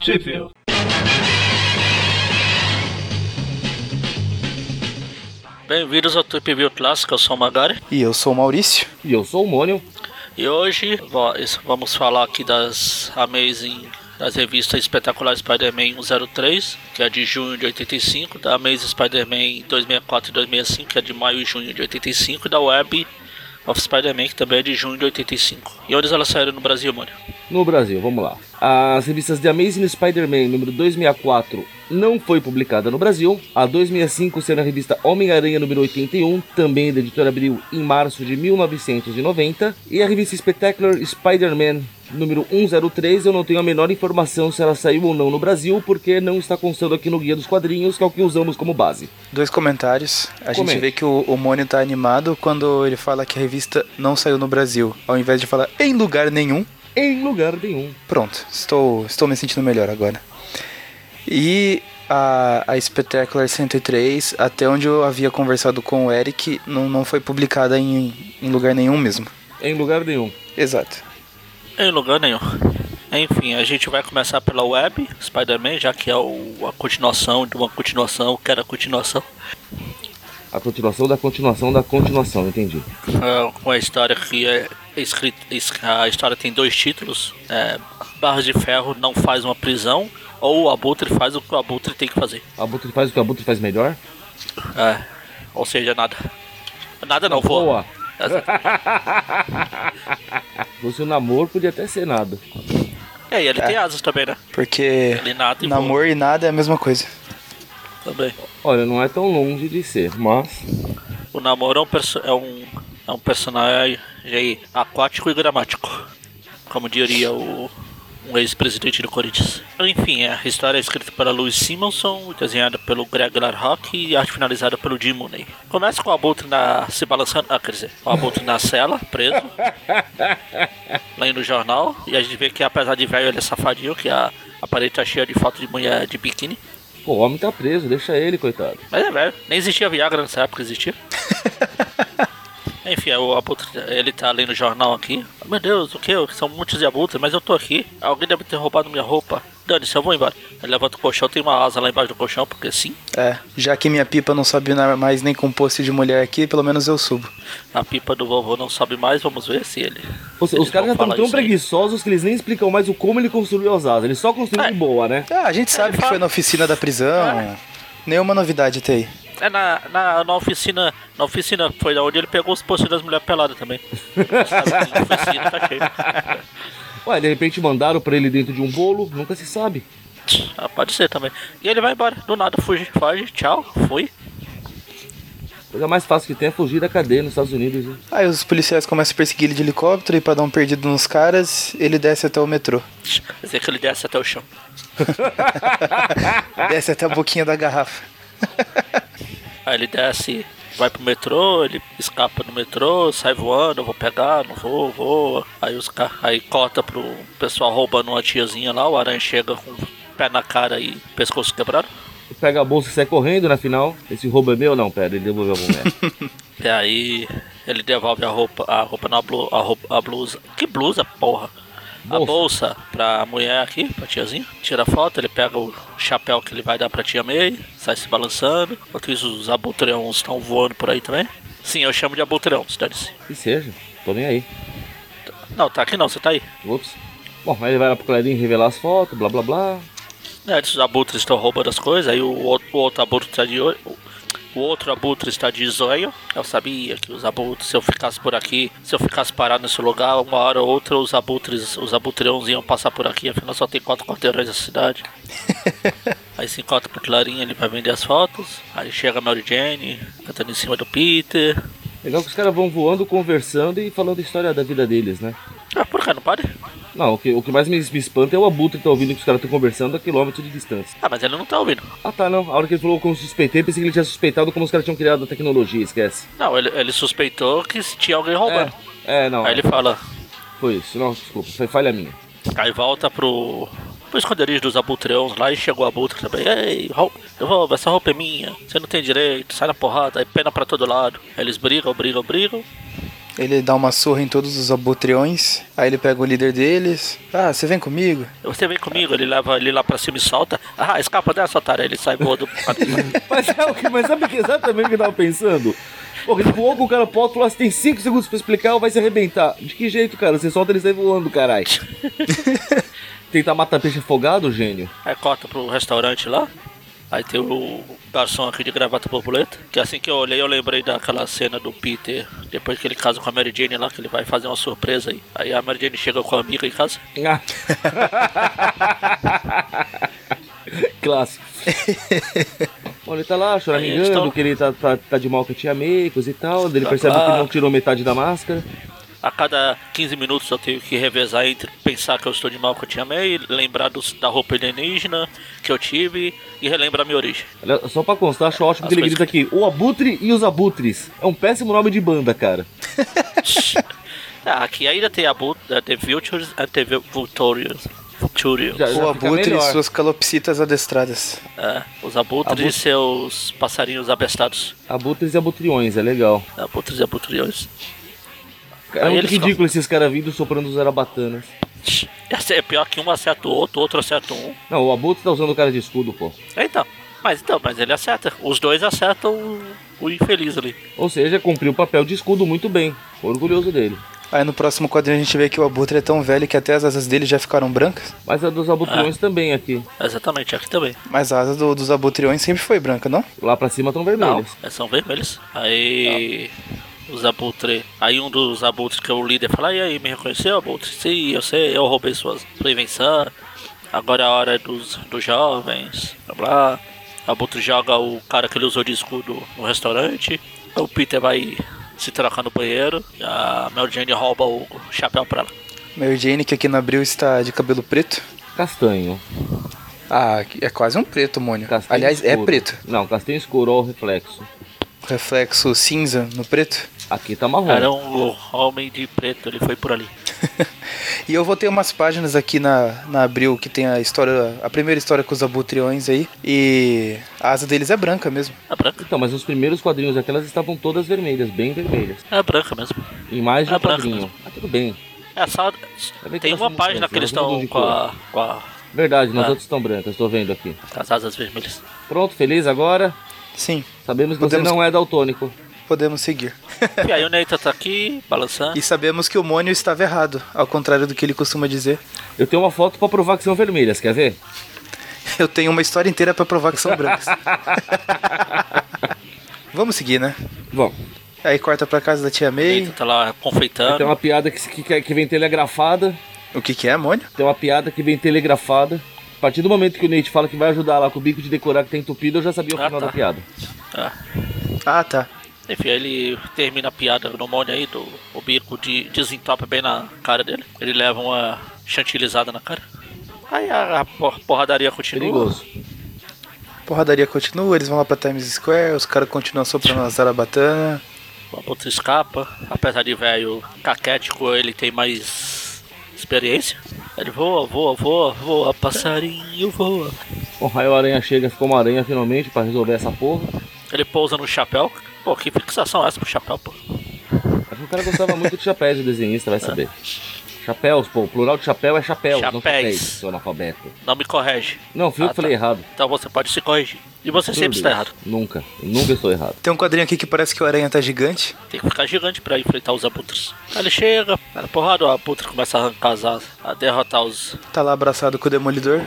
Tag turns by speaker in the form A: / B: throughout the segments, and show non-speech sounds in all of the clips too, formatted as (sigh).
A: Sheffield.
B: Bem-vindos ao Trip View Clássico, eu sou o Magari.
C: E eu sou o Maurício.
D: E eu sou o Mônio.
B: E hoje va- isso- vamos falar aqui das Amazing, das revistas Espetacular Spider-Man 103, que é de junho de 85, da Amazing Spider-Man 264 e 265, que é de maio e junho de 85, e da Web of Spider-Man, que também é de junho de 85. E onde elas saíram no Brasil, Mônio?
D: No Brasil, vamos lá. As revistas The Amazing Spider-Man número 264 não foi publicada no Brasil. A 265 saiu na revista Homem-Aranha número 81, também da editora Abril, em março de 1990. E a revista Spectacular Spider-Man número 103, eu não tenho a menor informação se ela saiu ou não no Brasil, porque não está constando aqui no Guia dos Quadrinhos, que é o que usamos como base.
C: Dois comentários. A
D: Comente.
C: gente vê que o, o Mônio tá animado quando ele fala que a revista não saiu no Brasil. Ao invés de falar em lugar nenhum.
D: Em lugar um, nenhum.
C: Pronto, estou, estou me sentindo melhor agora. E a, a Spectacular 103, até onde eu havia conversado com o Eric, não, não foi publicada em, em lugar nenhum mesmo.
D: Em lugar um. nenhum.
C: Exato.
B: Em lugar nenhum. Enfim, a gente vai começar pela web, Spider-Man, já que é o- a continuação de uma continuação, que era a continuação,
D: A continuação da continuação da continuação, entendi.
B: ah, com a história que é escrita. es- A história tem dois títulos: é, Barras de Ferro não faz uma prisão, ou o Abutre faz o que o Abutre tem que fazer.
D: A Abutre faz o que a Abutre faz melhor.
B: É, ou seja, nada. Nada não, voa.
D: (laughs) Boa. Você o namoro podia até ser nada.
B: É, e ele tem asas também, né?
C: Porque
B: Ele nada e voa.
C: namor e nada é a mesma coisa.
B: Também.
D: Olha, não é tão longe de ser, mas
B: O namoro é um, perso- é um, é um personagem aí aquático e gramático, como diria o um ex-presidente do Corinthians. Enfim, a história é escrita pela Louise Simonson, desenhada pelo Greg Larrock e arte finalizada pelo Jim Mooney. Começa com o Abutre na, se balançando, ah, quer dizer, o Abutre na cela, preso, (laughs) lendo o jornal, e a gente vê que apesar de velho ele é safadinho, que a, a parede tá cheia de foto de mulher de biquíni.
D: pô, o homem tá preso, deixa ele, coitado.
B: Mas é velho, nem existia Viagra nessa época, existia. Enfim, é o abutre, ele tá lendo o jornal aqui. Meu Deus, o que? São muitos de abutres, mas eu tô aqui. Alguém deve ter roubado minha roupa. Dane-se, eu vou embora. Ele levanta o colchão, tem uma asa lá embaixo do colchão, porque sim.
C: É, já que minha pipa não sobe na- mais nem com poste de mulher aqui, pelo menos eu subo.
B: A pipa do vovô não sobe mais, vamos ver se ele.
D: Os,
B: Eles
D: os
B: vão
D: caras já estão
B: falar
D: tão
B: isso aí.
D: preguiçosos que eles nem explicam mais o como ele construiu as asas. Ele só construiu
B: É.
D: de boa, né?
C: Ah, a gente sabe que
B: fala-
C: foi na oficina da prisão.
D: É.
C: Nenhuma novidade até aí.
B: É na, na, na oficina. Na oficina foi da onde ele pegou os postos das mulheres peladas também. Sabe que na oficina tá cheio.
D: Ué, de repente mandaram pra ele dentro de um bolo, nunca se sabe.
B: Ah, pode ser também. E ele vai embora, do nada, fuge, foge, tchau, fui.
D: A coisa mais fácil que tem é fugir da cadeia nos Estados Unidos. né?
C: Aí os policiais começam a perseguir ele de helicóptero e pra dar um perdido nos caras, ele desce até o metrô.
B: Quer dizer que ele desce até o chão.
D: Ah.
C: Desce até a boquinha da garrafa.
B: Aí ele desce, vai pro metrô, ele escapa no metrô, sai voando, eu vou pegar, não vou, vou. Aí os ca- aí corta pro pessoal roubando uma tiazinha lá, o aranha chega com o pé na cara e pescoço quebrado.
D: Pega a bolsa e sai correndo, na final. Esse roubo é meu? Não, pera, ele devolveu a boneca.
B: (laughs) E aí ele devolve a roupa, a roupa na blu, a, roupa- a blusa. Que blusa, porra? A
D: Bolsa.
B: bolsa pra mulher aqui, pra tiazinha. Tira a foto, ele pega o chapéu que ele vai dar pra tia May, sai se balançando. Enquanto isso, os abutreões estão voando por aí também. Sim, eu chamo de abutreão, dane-se.
D: que seja, tô nem aí.
B: Não, tá aqui não, você tá aí.
D: Ops. Bom, aí ele vai lá pro Clarinho revelar as fotos, blá blá blá.
B: É, esses abutres estão roubando as coisas, aí o outro, o outro abutre está de olho. O outro abutre está de zóio. Eu sabia que os abutres, se eu ficasse por aqui, se eu ficasse parado nesse lugar, uma hora ou outra os abutres, os abutreões iam passar por aqui, afinal só tem quatro quarteirões na cidade. aí se encontra pro Clarinha, ele vai vender as fotos. Aí chega a Mary Jane, cantando em cima do Peter.
D: Legal que os caras vão voando, conversando e falando a história da vida deles, né?
B: Ah, por que não pode?
D: Não, o que, o que mais me, me espanta é o Abutre tá ouvindo que os caras estão conversando a quilômetro de distância.
B: Ah, mas ele não tá ouvindo.
D: Ah tá, não. A hora que ele falou como suspeitei, pensei que ele tinha suspeitado como os caras tinham criado a tecnologia, esquece.
B: Não, ele, ele suspeitou que tinha alguém roubando.
D: É, é não.
B: Aí ele fala,
D: Foi isso, não, desculpa, foi falha minha.
B: Aí volta pro, pro esconderijo dos abutreões lá e chegou o abutre também. Ei, rou- devolve, essa roupa é minha, você não tem direito, sai na porrada, aí pena pra todo lado. Aí eles brigam, brigam, brigam.
C: Ele dá uma surra em todos os abotreões. Aí ele pega o líder deles. Ah, você vem comigo?
B: Você vem comigo, ele leva ele lá pra cima e salta. Ah, escapa dessa, otário. Ele sai voando.
D: (laughs) Mas, é o que, mas sabe que exatamente o que eu tava pensando? Porra, ele voou com o cara pro alto lá, você tem 5 segundos pra explicar ou vai se arrebentar. De que jeito, cara? Você solta ele sai voando, (laughs) caralho. Tentar matar peixe afogado, gênio?
B: Aí corta pro restaurante lá. Aí tem o garçom aqui de gravata borboleta. Que assim que eu olhei, eu lembrei daquela cena do Peter. Depois que ele casa com a Mary Jane lá, que ele vai fazer uma surpresa aí. Aí a Mary Jane chega com a amiga em casa.
D: Ah. (laughs) Clássico. Olha, ele tá lá
B: Aí, eles
D: choramingando,
B: tão-
D: que ele tá, tá, tá de mal com a tia May, coisa e tal. Daí Ele
B: Tá
D: percebe que ele
B: lá.
D: não tirou metade da máscara.
B: A cada 15 minutos eu tenho que revezar entre pensar que eu estou de mal que eu te amei, lembrar dos- da roupa alienígena que eu tive e relembrar minha origem.
D: Olha, Só pra constar, acho ótimo
B: As
D: que ele grita
B: coisas
D: aqui: O Abutre e os Abutres. É um péssimo nome de banda, cara.
B: ah, aqui ainda tem a Bu- a The Vultures and The Vulturious. Vulturious.
D: Já- já
C: o
D: fica
C: abutre e
D: melhor.
C: suas calopsitas adestradas.
B: É, os abutres
D: Abutre.
B: e seus passarinhos abestados.
D: Abutres e Abutriões, é legal.
B: Abutres e abutriões. (laughs)
D: Cara, é
B: Aí
D: muito
B: eles
D: ridículo esses caras vindo soprando os arabatanas.
B: Essa É pior que um acerta o outro, o outro acerta um.
D: Não, o Abutre tá usando o cara de escudo, pô.
B: É, Então, mas então, mas ele acerta. Os dois acertam o, o infeliz ali.
D: Ou seja, cumpriu o papel de escudo muito bem. Orgulhoso dele.
C: Aí no próximo quadrinho a gente vê que o abutre é tão velho que até as asas dele já ficaram brancas.
D: Mas a dos Abutriões também aqui.
B: Exatamente, aqui também.
C: Mas a asa do- dos abutriões sempre foi branca, não?
D: Lá pra cima estão
B: Não,
D: vermelhos.
B: é, são vermelhos. Aí os abutres. Aí um dos abutres, que é o líder, fala: E aí, me reconheceu, abutre? Sim, eu sei, eu roubei suas prevenção. Agora é a hora dos, dos jovens. Blá blá. O abutre joga o cara que ele usou de escudo no restaurante. O Peter vai se trocar no banheiro. E a Mel Jane rouba o chapéu pra ela.
C: Mary Jane, que aqui no abril está de cabelo preto.
D: Castanho.
C: Ah, é quase um preto, Mônio.
D: Castanho
C: Aliás, é
D: Tá, escuro.
C: preto.
D: Não, castanho escuro, ó, o reflexo.
C: Reflexo cinza no preto. (laughs)
D: Aqui tá marrom.
B: Era um homem de preto, ele foi por ali.
C: E eu vou ter umas páginas aqui na, na Abril que tem a história, a primeira história com os abutriões aí. E a asa deles é branca mesmo.
B: É branca?
D: Então, mas nos primeiros quadrinhos aqui elas estavam todas vermelhas, bem vermelhas.
B: É branca mesmo.
D: Em mais de um
B: Ah, branco
D: quadrinho. Ah, tudo bem.
B: É só.
D: Eu vi que
B: Tem
D: elas
B: uma
D: são
B: página
D: muito
B: que eles
D: brancas,
B: estão
D: elas mudam
B: com, a- com a-
D: Verdade, nas
B: Ah.
D: outras estão brancas, tô vendo aqui.
B: com as asas vermelhas.
D: Pronto, feliz agora?
C: Sim,
D: Sabemos que
C: Podemos-
D: você não é daltônico.
C: podemos seguir. (laughs)
B: E aí o Neita tá aqui, balançando.
C: E sabemos que o Mônio estava errado, ao contrário do que ele costuma dizer.
D: Eu tenho uma foto pra provar que são vermelhas, quer ver?
C: Eu tenho uma história inteira pra provar que são brancas. Vamos seguir, né?
D: Bom,
C: Aí corta pra casa da tia
B: O
C: May.
B: Neita tá lá
D: tem
B: confeitando.
D: uma piada que, se- que, que- que vem telegrafada.
C: O que que é, Mônio?
D: Tem uma piada que vem telegrafada. A partir do momento que o Nate fala que vai ajudar lá com o bico de decorar que tá entupido, eu já sabia o
B: Ah,
D: final
B: tá.
D: da piada.
B: Ah,
C: Ah, tá.
B: Enfim, aí ele termina a piada no monte aí, do, o bico de, desentope bem na cara dele. Ele leva uma chantilizada na cara. Aí a, a por- porradaria continua.
D: Perigoso.
C: Porradaria continua, eles vão lá pra Times Square, os caras continuam soprando a zarabatana.
B: O Abutre escapa. Apesar de velho caquético, ele tem mais experiência. Ele voa, voa, voa, voa, passarinho voa.
D: Bom, aí o aranha chega, ficou uma aranha finalmente pra resolver essa porra.
B: Ele pousa no chapéu. Pô, que fixação é essa pro chapéu, pô?
D: Acho que o cara gostava muito de chapéus, o desenhista, vai saber. Chapéus, pô, o plural de chapéu é chapéu, não
B: Chapéus.
D: chapéus, seu analfabeto.
B: Não me corrige.
D: Não, fui eu
B: Ah,
D: que falei
B: tá.
D: errado.
B: Então você pode se corrigir. E você sempre está errado.
D: Nunca, nunca estou errado. (laughs)
C: Tem um quadrinho aqui que parece que o aranha tá gigante.
B: Tem que ficar gigante pra enfrentar os abutres. Aí ele chega, dá na porrada, o abutre começa a arrancar as asas, a derrotar os.
C: Tá lá abraçado com o demolidor.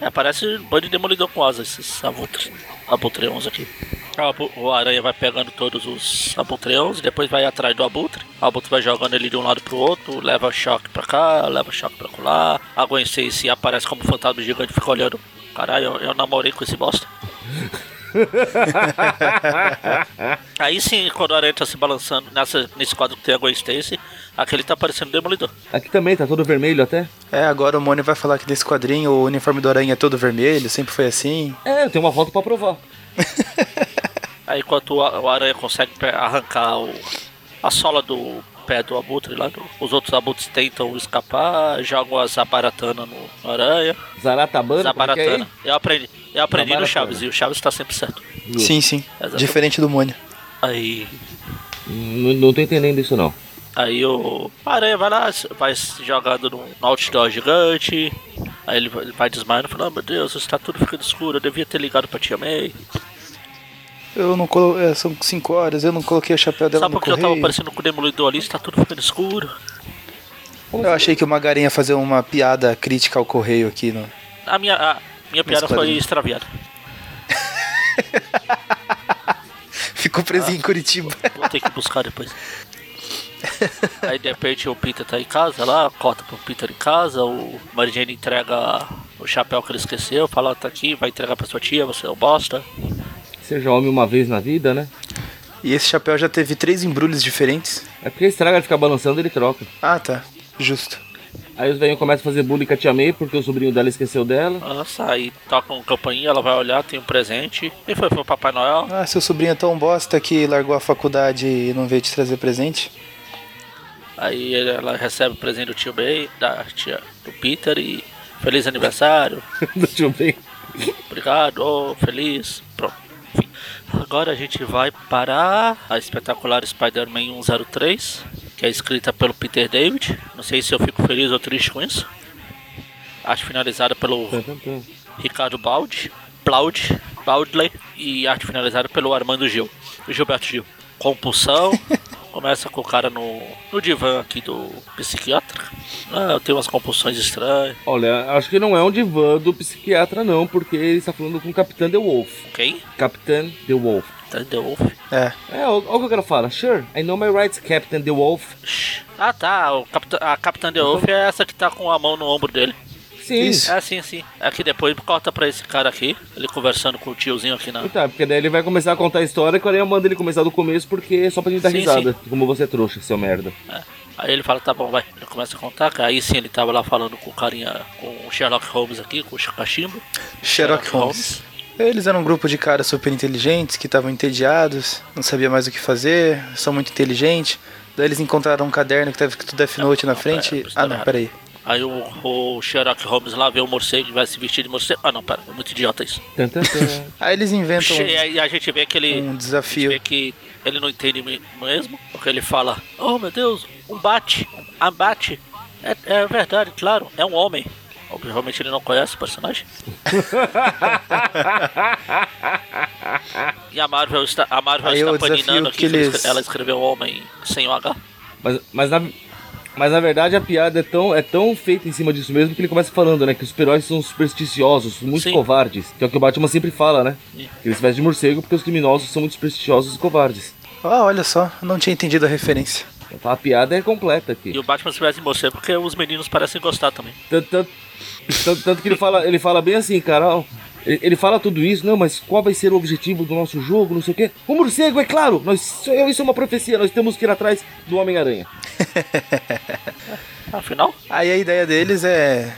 B: É, parece um bando de demolidor com asas, esses abutres. Abutreões aqui. Aí O abu- o aranha vai pegando todos os abutreões, depois vai atrás do abutre. O abutre vai jogando ele de um lado pro outro, leva choque pra cá, leva choque pra lá. Aguencei se aparece como fantasma gigante, fica olhando. Caralho, eu- eu namorei com esse bosta. Aí sim, quando o Aranha tá se balançando nessa, nesse quadro que tem a Gwen Stacy, aquele tá parecendo Demolidor.
D: Aqui também tá todo vermelho até.
C: É, agora o Mônio vai falar que nesse quadrinho o uniforme do aranha é todo vermelho, sempre foi assim.
D: É, eu tenho uma foto pra provar.
B: Aí enquanto o a- o Aranha consegue pe- arrancar o- a sola do pé do Abutre lá, do- os outros Abutres tentam escapar, jogam a Zabaratana no no Aranha.
D: é Zaratabana,
B: Zabaratana. Eu aprendi, eu aprendi no
D: Zabaratana.
B: Chaves, e o Chaves tá sempre certo.
C: Sim, sim.
B: Exato.
C: Diferente do Mônio.
B: Aí
D: Não, não tô entendendo isso não.
B: Aí o Aranha vai lá, vai se jogando num outdoor gigante. Aí ele vai- ele vai desmaiando e fala: "Ah, Meu Deus, está tudo ficando escuro. Eu devia ter ligado pra Tia May.
C: Eu não colo... é, São 5 horas, eu não coloquei o chapéu dela
B: Só
C: no
B: porque eu tava
C: correio.
B: parecendo com o Demolidor ali, está tudo ficando escuro. um
C: Eu achei que o Magarin ia fazer uma piada crítica ao correio aqui. No...
B: A minha, a minha piada foi
C: quadrinhos.
B: extraviada.
C: (laughs) Ficou
B: Ah.
C: presinho em Curitiba.
B: Vou ter que buscar
C: (laughs)
B: depois. Aí de repente o Peter tá em casa lá, corta pro Peter em casa, o Mary Jane entrega o chapéu que ele esqueceu, fala, "Ó, tá aqui, vai entregar pra sua tia, você é um bosta.
D: Seja homem uma vez na vida, né?
C: E esse chapéu já teve três embrulhos diferentes?
D: É porque estraga de ficar balançando, ele troca.
C: Ah, tá. Justo.
D: Aí os velhinhos começam a fazer bullying com a tia May porque o sobrinho dela esqueceu dela. (laughs)
B: Nossa, aí toca uma campainha, ela vai olhar, tem um presente. E foi, foi o Papai Noel.
C: Ah, seu sobrinho é tão bosta que largou a faculdade e não veio te trazer presente?
B: Aí ela recebe o presente do tio May, da tia do Peter e feliz aniversário,
D: Do tio May.
B: obrigado, oh, feliz. Pronto. Enfim. Agora a gente vai para a espetacular Spider-Man 103, que é escrita pelo Peter David. Não sei se eu fico feliz ou triste com isso. Acho finalizada pelo
D: Tum, tum, tum.
B: Ricardo Baldi, Plaud, Baldley e arte finalizada pelo Armando Gil, Gilberto Gil. Compulsão, começa com o cara no, no divã aqui do psiquiatra. Ah, eu tenho umas compulsões estranhas.
D: Olha, acho que não é um divã do psiquiatra, não, porque ele está falando com o Capitão The Wolf.
B: Quem?
D: Capitã The Wolf.
B: Entendeu?
C: É.
D: É, olha o que o cara fala. Sure, I know my rights, Captain The Wolf.
B: Ah tá, o capitã, a Capitã The Wolf é essa que tá com a mão no ombro dele.
D: Sim.
C: Isso.
B: É sim, sim. É que depois corta pra esse cara aqui, ele conversando com o tiozinho aqui na.
D: Tá, porque daí ele vai começar a contar a história que o Aranha manda ele começar do começo porque é só pra gente dar
B: Sim,
D: risada. Como você é trouxa, seu merda.
B: É. Aí ele fala, tá bom, vai. Ele começa a contar, que aí sim ele tava lá falando com o carinha, com o Sherlock Holmes aqui, com o cachimbo.
C: Sherlock Holmes. Eles eram um grupo de caras super inteligentes que estavam entediados, não sabia mais o que fazer, são muito inteligentes. Daí eles encontraram um caderno que tava escrito Death Note na
B: não,
C: frente.
B: pera,
C: Ah, não, peraí.
B: Aí o, o Sherlock Holmes lá vê o morcego e vai se vestir de morcego. Ah não, pera, é muito idiota isso.
D: Tan, tan,
B: (laughs)
D: tan.
C: Aí eles inventam.
B: E aí a gente vê que ele.
C: Então, um desafio.
B: a gente vê que ele não entende me- mesmo, porque ele fala, oh meu Deus, um bate, um bate. É, é verdade, claro, é um homem. Obviamente ele não conhece o personagem.
C: (laughs)
B: e a Marvel está, a Marvel
C: Aí é
B: está
C: o desafio
B: paninando
C: que
B: aqui, que
C: eles-
B: ela escreveu homem sem o H.
D: mas, mas, na, mas na verdade a piada é tão, é tão feita em cima disso mesmo que ele começa falando, né? Que os super-heróis são supersticiosos, muito
B: Sim.
D: covardes. Que é o que o Batman sempre fala, né?
B: Sim.
D: Que eles vestem de morcego porque os criminosos são muito supersticiosos e covardes.
C: Ah, olha só, não tinha entendido a referência.
D: Então, A piada é completa aqui.
B: E o Batman se veste em você, porque os meninos parecem gostar também.
D: Tanto, tanto- tanto- tanto que ele fala, ele fala bem assim, cara. ó, ele, ele fala tudo isso, não, mas qual vai ser o objetivo do nosso jogo, não sei o quê. O morcego, é claro! Nós, isso é uma profecia, nós temos que ir atrás do Homem-Aranha.
B: Afinal,
C: Aí a ideia deles é.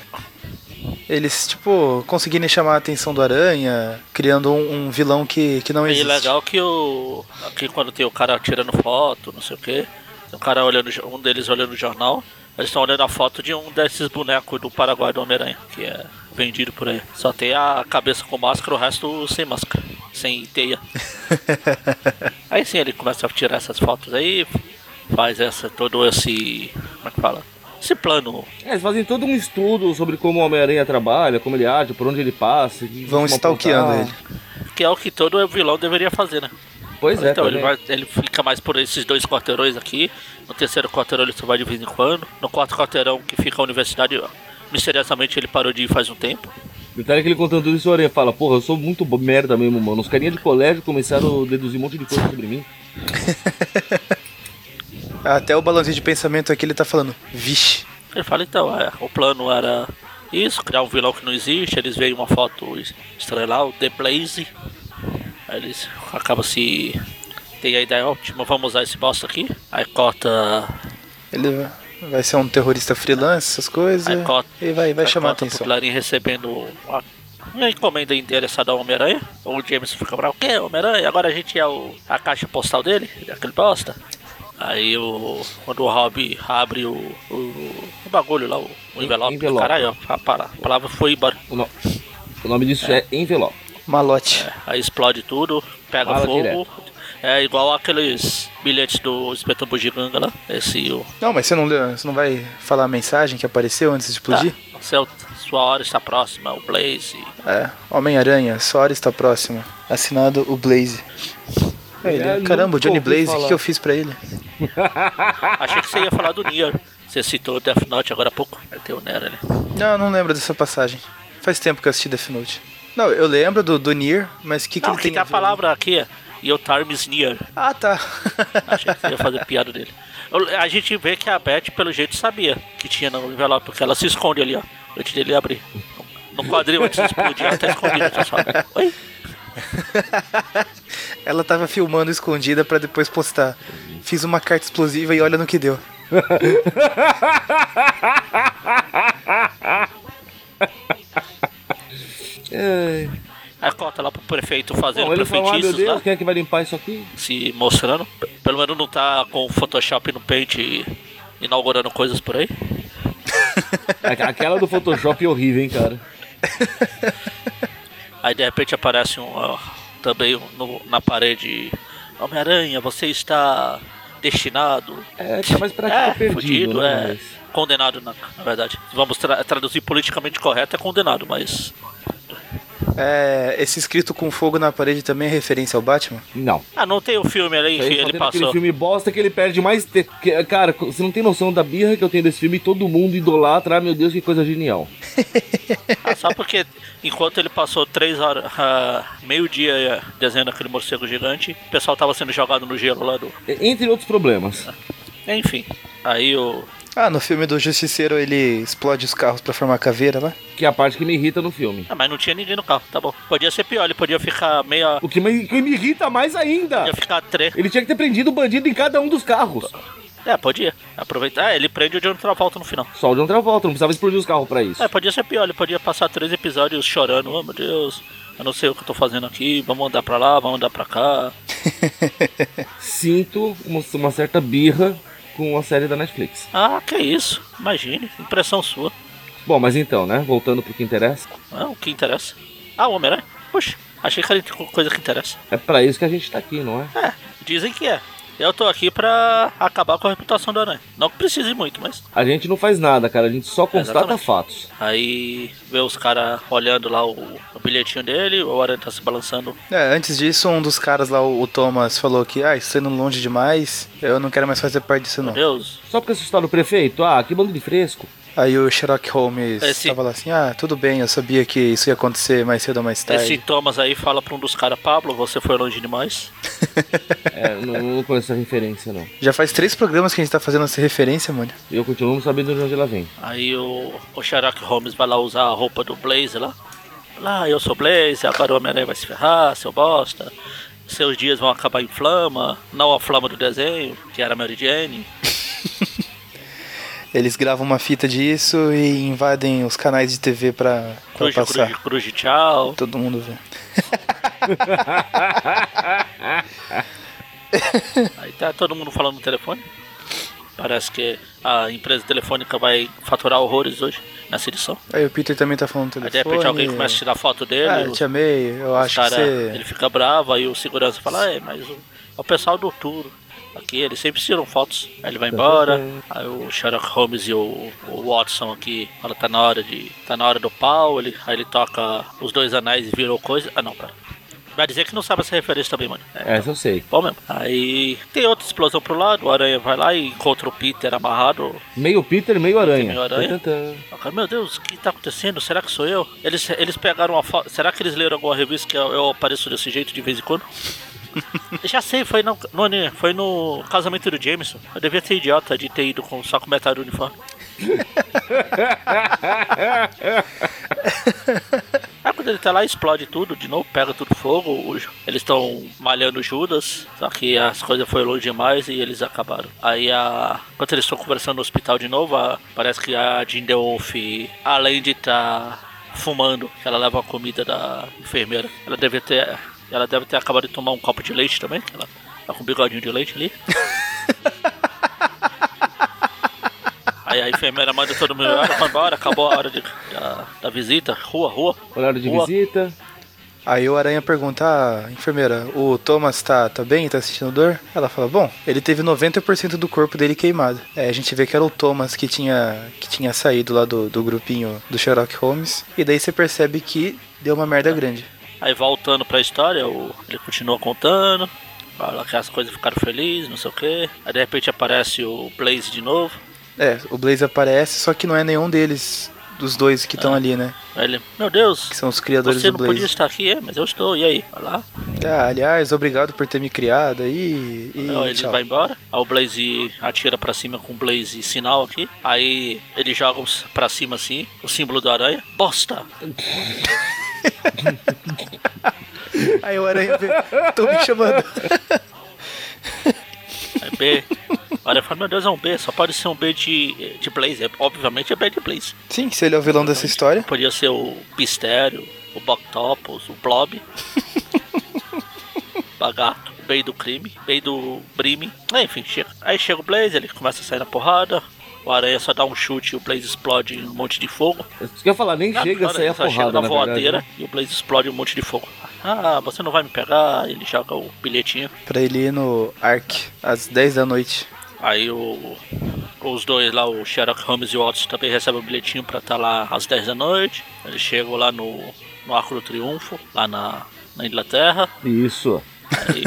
C: Eles, tipo, conseguirem chamar a atenção do Aranha, criando um, um vilão que, que não
B: E
C: existe.
B: legal que o. Aqui quando tem o cara tirando foto, não sei o que, o cara olhando, jo- um deles olhando o jornal, eles estão olhando a foto de um desses bonecos do Paraguai do Homem-Aranha, que é vendido por aí. Só tem a cabeça com máscara, o resto sem máscara, sem teia. aí sim ele começa a tirar essas fotos aí, faz essa, todo esse. Como é que fala? Esse plano.
D: É, eles fazem todo um estudo sobre como o Homem-Aranha trabalha, como ele age, por onde ele passa. e
C: Vão
D: como
C: stalkeando
D: apontar.
C: ele.
B: Que é o que todo vilão deveria fazer, né?
D: Pois é,
B: então, ele,
D: também.
B: vai- ele fica mais por esses dois quarteirões aqui. No terceiro quarteirão ele só vai de vez em quando. No quarto quarteirão que fica a universidade, ó, misteriosamente ele parou de ir faz um tempo.
D: Detalhe que ele contando tudo isso, o Aranha fala, porra, eu sou muito bo- merda mesmo, mano. Os carinha de colégio começaram a deduzir um monte de coisa sobre mim.
C: Até o balanço de pensamento aqui ele tá falando, vixe.
B: Ele fala, então, é, o plano era isso, criar um vilão que não existe, eles veem uma foto es- estranha lá, o The Blaze. Aí eles acabam se. Tem a ideia ótima, vamos usar esse bosta aqui. Aí corta.
C: Ele vai ser um terrorista freelance, essas coisas.
B: Aí corta.
C: É, E vai, vai
B: aí
C: chamar a
B: corta pro
C: atenção.
B: Clarim recebendo uma, uma encomenda endereçada ao Homem-Aranha. O James fica bravo, o quê? Homem-Aranha? Agora a gente é o- a caixa postal dele, daquele bosta. Aí o. Quando o Rob abre o, o, o bagulho lá, o, o envelope.
D: Envelope.
B: Caralho, a, para- a palavra foi embora.
D: O, no- o nome disso é Envelope.
C: Malote.
B: Aí explode tudo, pega
D: Fala
B: fogo.
D: direto.
B: É igual aqueles bilhetes do Inspetor Bugiganga lá. Esse o.
C: Não, mas você não, leu- você não vai falar a mensagem que apareceu antes de explodir?
B: Tá, seu, sua hora está próxima, o Blaze.
C: É, Homem-Aranha, sua hora está próxima. Assinado o Blaze. É, ele-
D: É,
C: caramba, o
D: nunca
C: Johnny
D: ouvi
C: Blaze, o que,
D: falar.
C: que eu fiz pra ele?
B: Achei que você ia falar do Nier. Você citou o Death Note agora há pouco. né? Tem o Nier ali.
C: Não, eu não lembro dessa passagem. Faz tempo que eu assisti Death Note. Não, eu lembro do, do Nier, mas o que, que
B: Não,
C: ele
B: tem
C: tem
B: a
C: ver?
B: palavra aqui, e o Tarmis Nier.
C: Ah, tá. (laughs)
B: Achei que você ia fazer piada dele. Eu- A gente vê que a Beth, pelo jeito, sabia que tinha no envelope, porque ela se esconde ali, ó. Antes dele abrir. No quadril, antes de explodir, ela tá escondida, você sabe. Oi?
C: Ela tava filmando escondida pra depois postar. Fiz uma carta explosiva e olha no que deu.
D: É.
B: Aí corta lá pro prefeito fazendo
D: Bom, ele falou, ah, meu
B: prefeitiços
D: Deus,
B: lá,
D: quem é que vai limpar isso aqui?
B: se mostrando. P- Pelo menos não tá com o Photoshop no pente e inaugurando coisas por aí.
D: A- Aquela do Photoshop é horrível, hein, cara.
B: Aí de repente aparece um ó, também um no- na parede. Homem-Aranha, você está destinado. (laughs)
D: É, tá mais pra ficar perdido,
B: fudido,
D: né,
B: é.
D: mas-
B: Condenado, na, na verdade. Vamos tra- traduzir politicamente correto, é condenado, mas.
C: É, esse escrito com fogo na parede também é referência ao Batman?
D: Não.
B: Ah, não tem o filme ali
D: Tá
B: que
D: Aí só
B: ele
D: tendo aquele
B: passou.
D: filme bosta que ele perde mais. te- que- Cara, você não tem noção da birra que eu tenho desse filme. Todo mundo idolatra. Ah, meu Deus, que coisa genial.
B: Ah, só porque enquanto ele passou três horas, ah, meio dia eh, desenhando aquele morcego gigante, o pessoal tava sendo jogado no gelo lá do.
D: E- Entre outros problemas.
B: Enfim. Aí o.
C: Ah, no filme do Justiceiro ele explode os carros pra formar caveira né? lá?
D: Que é a parte que me irrita no filme.
B: Ah, mas não tinha ninguém no carro, tá bom. Podia ser pior, ele podia ficar meia.
D: O que me, que me irrita mais ainda.
B: Podia ficar três.
D: Ele tinha que ter prendido o bandido em cada um dos carros.
B: É, podia. Aproveitar. Ah, ele prende o John Travolta no final.
D: Só o John Travolta, não precisava explodir os carros pra isso.
B: É, podia ser pior. Ele podia passar três episódios chorando. Oh, meu Deus, eu não sei o que eu tô fazendo aqui. Vamos andar pra lá, vamos andar pra cá.
D: Sinto uma, uma certa birra com a série da Netflix.
B: Ah, que isso. Imagine. Impressão sua.
D: Bom, mas então, né? Voltando pro que interessa.
B: Ah, o que interessa. Ah, o Homem-Aranha? Poxa, achei que era coisa que interessa.
D: É pra isso que a gente tá aqui, não é?
B: É, dizem que é. Eu tô aqui pra acabar com a reputação do Aranha. Não que precise muito, mas...
D: A gente não faz nada, cara. A gente só constata
B: É, Exatamente.
D: fatos.
B: Aí vê os caras olhando lá o, o bilhetinho dele, o Aranha tá se balançando.
C: É, antes disso, um dos caras lá, o o Thomas, falou que, ah, isso tá indo longe demais, eu não quero mais fazer parte disso não.
B: Meu Deus,
D: Só porque assustaram o prefeito? Ah, que bando de fresco.
C: Aí o Sherlock Holmes
B: Esse-
C: tava lá assim, ah, tudo bem, eu sabia que isso ia acontecer mais cedo ou mais
B: Esse
C: tarde.
B: Thomas aí fala pra um dos caras, Pablo, você foi longe demais.
D: É, não, não conheço essa referência, não.
C: Já faz três programas que a gente tá fazendo essa referência, mano.
D: E eu continuo não sabendo de onde ela vem.
B: Aí o, o Sherlock Holmes vai lá usar a roupa do Blaze lá. Lá, eu sou Blaze, agora o Homem-Aranha vai se ferrar, seu bosta. Seus dias vão acabar em flama, não a flama do desenho, que era a Mary Jane.
C: Eles gravam uma fita disso e invadem os canais de TV pra, pra
B: Cruz,
C: passar.
B: cruz, cruz, tchau.
C: Todo mundo vê.
B: Aí tá todo mundo falando no telefone. Parece que a empresa telefônica vai faturar horrores hoje nessa edição.
C: Aí o Peter também tá falando no
B: Aí de
C: telefone.
B: repente alguém começa a tirar foto dele.
C: Ah, eu
B: os-
C: te amei, eu
B: os
C: acho
B: É, cara,
C: que você...
B: Ele fica bravo, aí o segurança fala, é, mas o, é o pessoal do tour aqui, eles sempre tiram fotos. Aí ele vai embora, aí o Sherlock Holmes e o, o Watson aqui fala, tá na hora de. tá na hora do pau, ele, aí ele toca os dois anais e virou coisa. Ah não, pera. Vai dizer que não sabe essa referência também, mano. É.
D: Essa eu sei.
B: Bom mesmo. Aí tem outra explosão pro lado, o Aranha vai lá e encontra o Peter amarrado.
D: Meio Peter, meio aranha.
B: Meio aranha.
D: Tantantã.
B: Ah, cara, Meu Deus, o que tá acontecendo? Será que sou eu? Eles, eles pegaram uma foto. Será que eles leram alguma revista que eu, eu apareço desse jeito de vez em quando? (laughs) Já sei, foi no, no, ane- foi no casamento do Jameson. Eu devia ser idiota de ter ido com só com metade do uniforme. Aí quando ele tá lá, explode tudo de novo, pega tudo fogo. o Ju- Eles estão malhando o Judas, só que as coisas foram longe demais e eles acabaram. Aí, a... enquanto eles estão conversando no hospital de novo, a- parece que a Jinder Wolf, além de estar fumando, ela leva a comida da enfermeira. Ela deve ter, ela deve ter acabado de tomar um copo de leite também, que ela tá com um bigodinho de leite ali. Aí a enfermeira manda todo mundo embora, vai embora, acabou a hora de- da, da visita, rua, rua.
D: Horário de
B: Boa.
D: visita.
C: Aí o Aranha pergunta, ah, enfermeira, o Thomas tá, tá bem? Tá sentindo dor? Ela fala, bom, ele teve 90% do corpo dele queimado. É, a gente vê que era o Thomas que tinha, que tinha saído lá do, do grupinho do Sherlock Holmes. E daí você percebe que deu uma merda grande.
B: Aí voltando pra história, o- ele continua contando, fala que as coisas ficaram felizes, não sei o que. Aí de repente aparece o Blaze de novo.
C: É, o Blaze aparece, só que não é nenhum deles, dos dois que estão ali, né?
B: Aí ele, meu Deus,
C: Que são os criadores
B: É. você
C: do
B: não
C: Blaze.
B: podia estar aqui, é, mas eu estou, e aí? Vai lá.
C: Ah, aliás, obrigado por ter me criado aí. E,
B: Aí ele
C: tchau.
B: vai embora. Aí o Blaze atira pra cima com o Blaze sinal aqui. Aí ele joga os- pra cima assim, o símbolo da aranha. Bosta!
C: Aí o Aranha vê, tô me chamando.
B: É
C: (laughs)
B: B. Olha, eu falo, meu Deus, é um B, só pode ser um B de, de Blaze. É, obviamente é B de Blaze.
C: Sim, se ele é o vilão dessa história.
B: Podia ser o Mistério, o Boctopus, o
D: (laughs)
B: Blob, Bagato, o Bey do Crime, Bey do Brime. Ah, Enfim, chega. Aí chega o Blaze, ele começa a sair na porrada. O Aranha só dá um chute e o Blaze explode em um monte de fogo.
D: Isso que eu ia falar, nem chega a
B: Agora
D: sair a
B: ele só chega
D: porrada,
B: na
D: na
B: voadeira
D: verdade. né?
B: e o Blaze explode um monte de fogo. Ah, você não vai me pegar. Ele joga o bilhetinho.
C: Pra ele ir no Ark às 10 da noite.
B: Aí o, os dois lá, o Sherlock Holmes e o Watson também recebem o bilhetinho pra estar lá às 10 da noite. Eles chegam lá no, no Arco do Triunfo, lá na, na Inglaterra.
D: né? Isso.
B: Aí,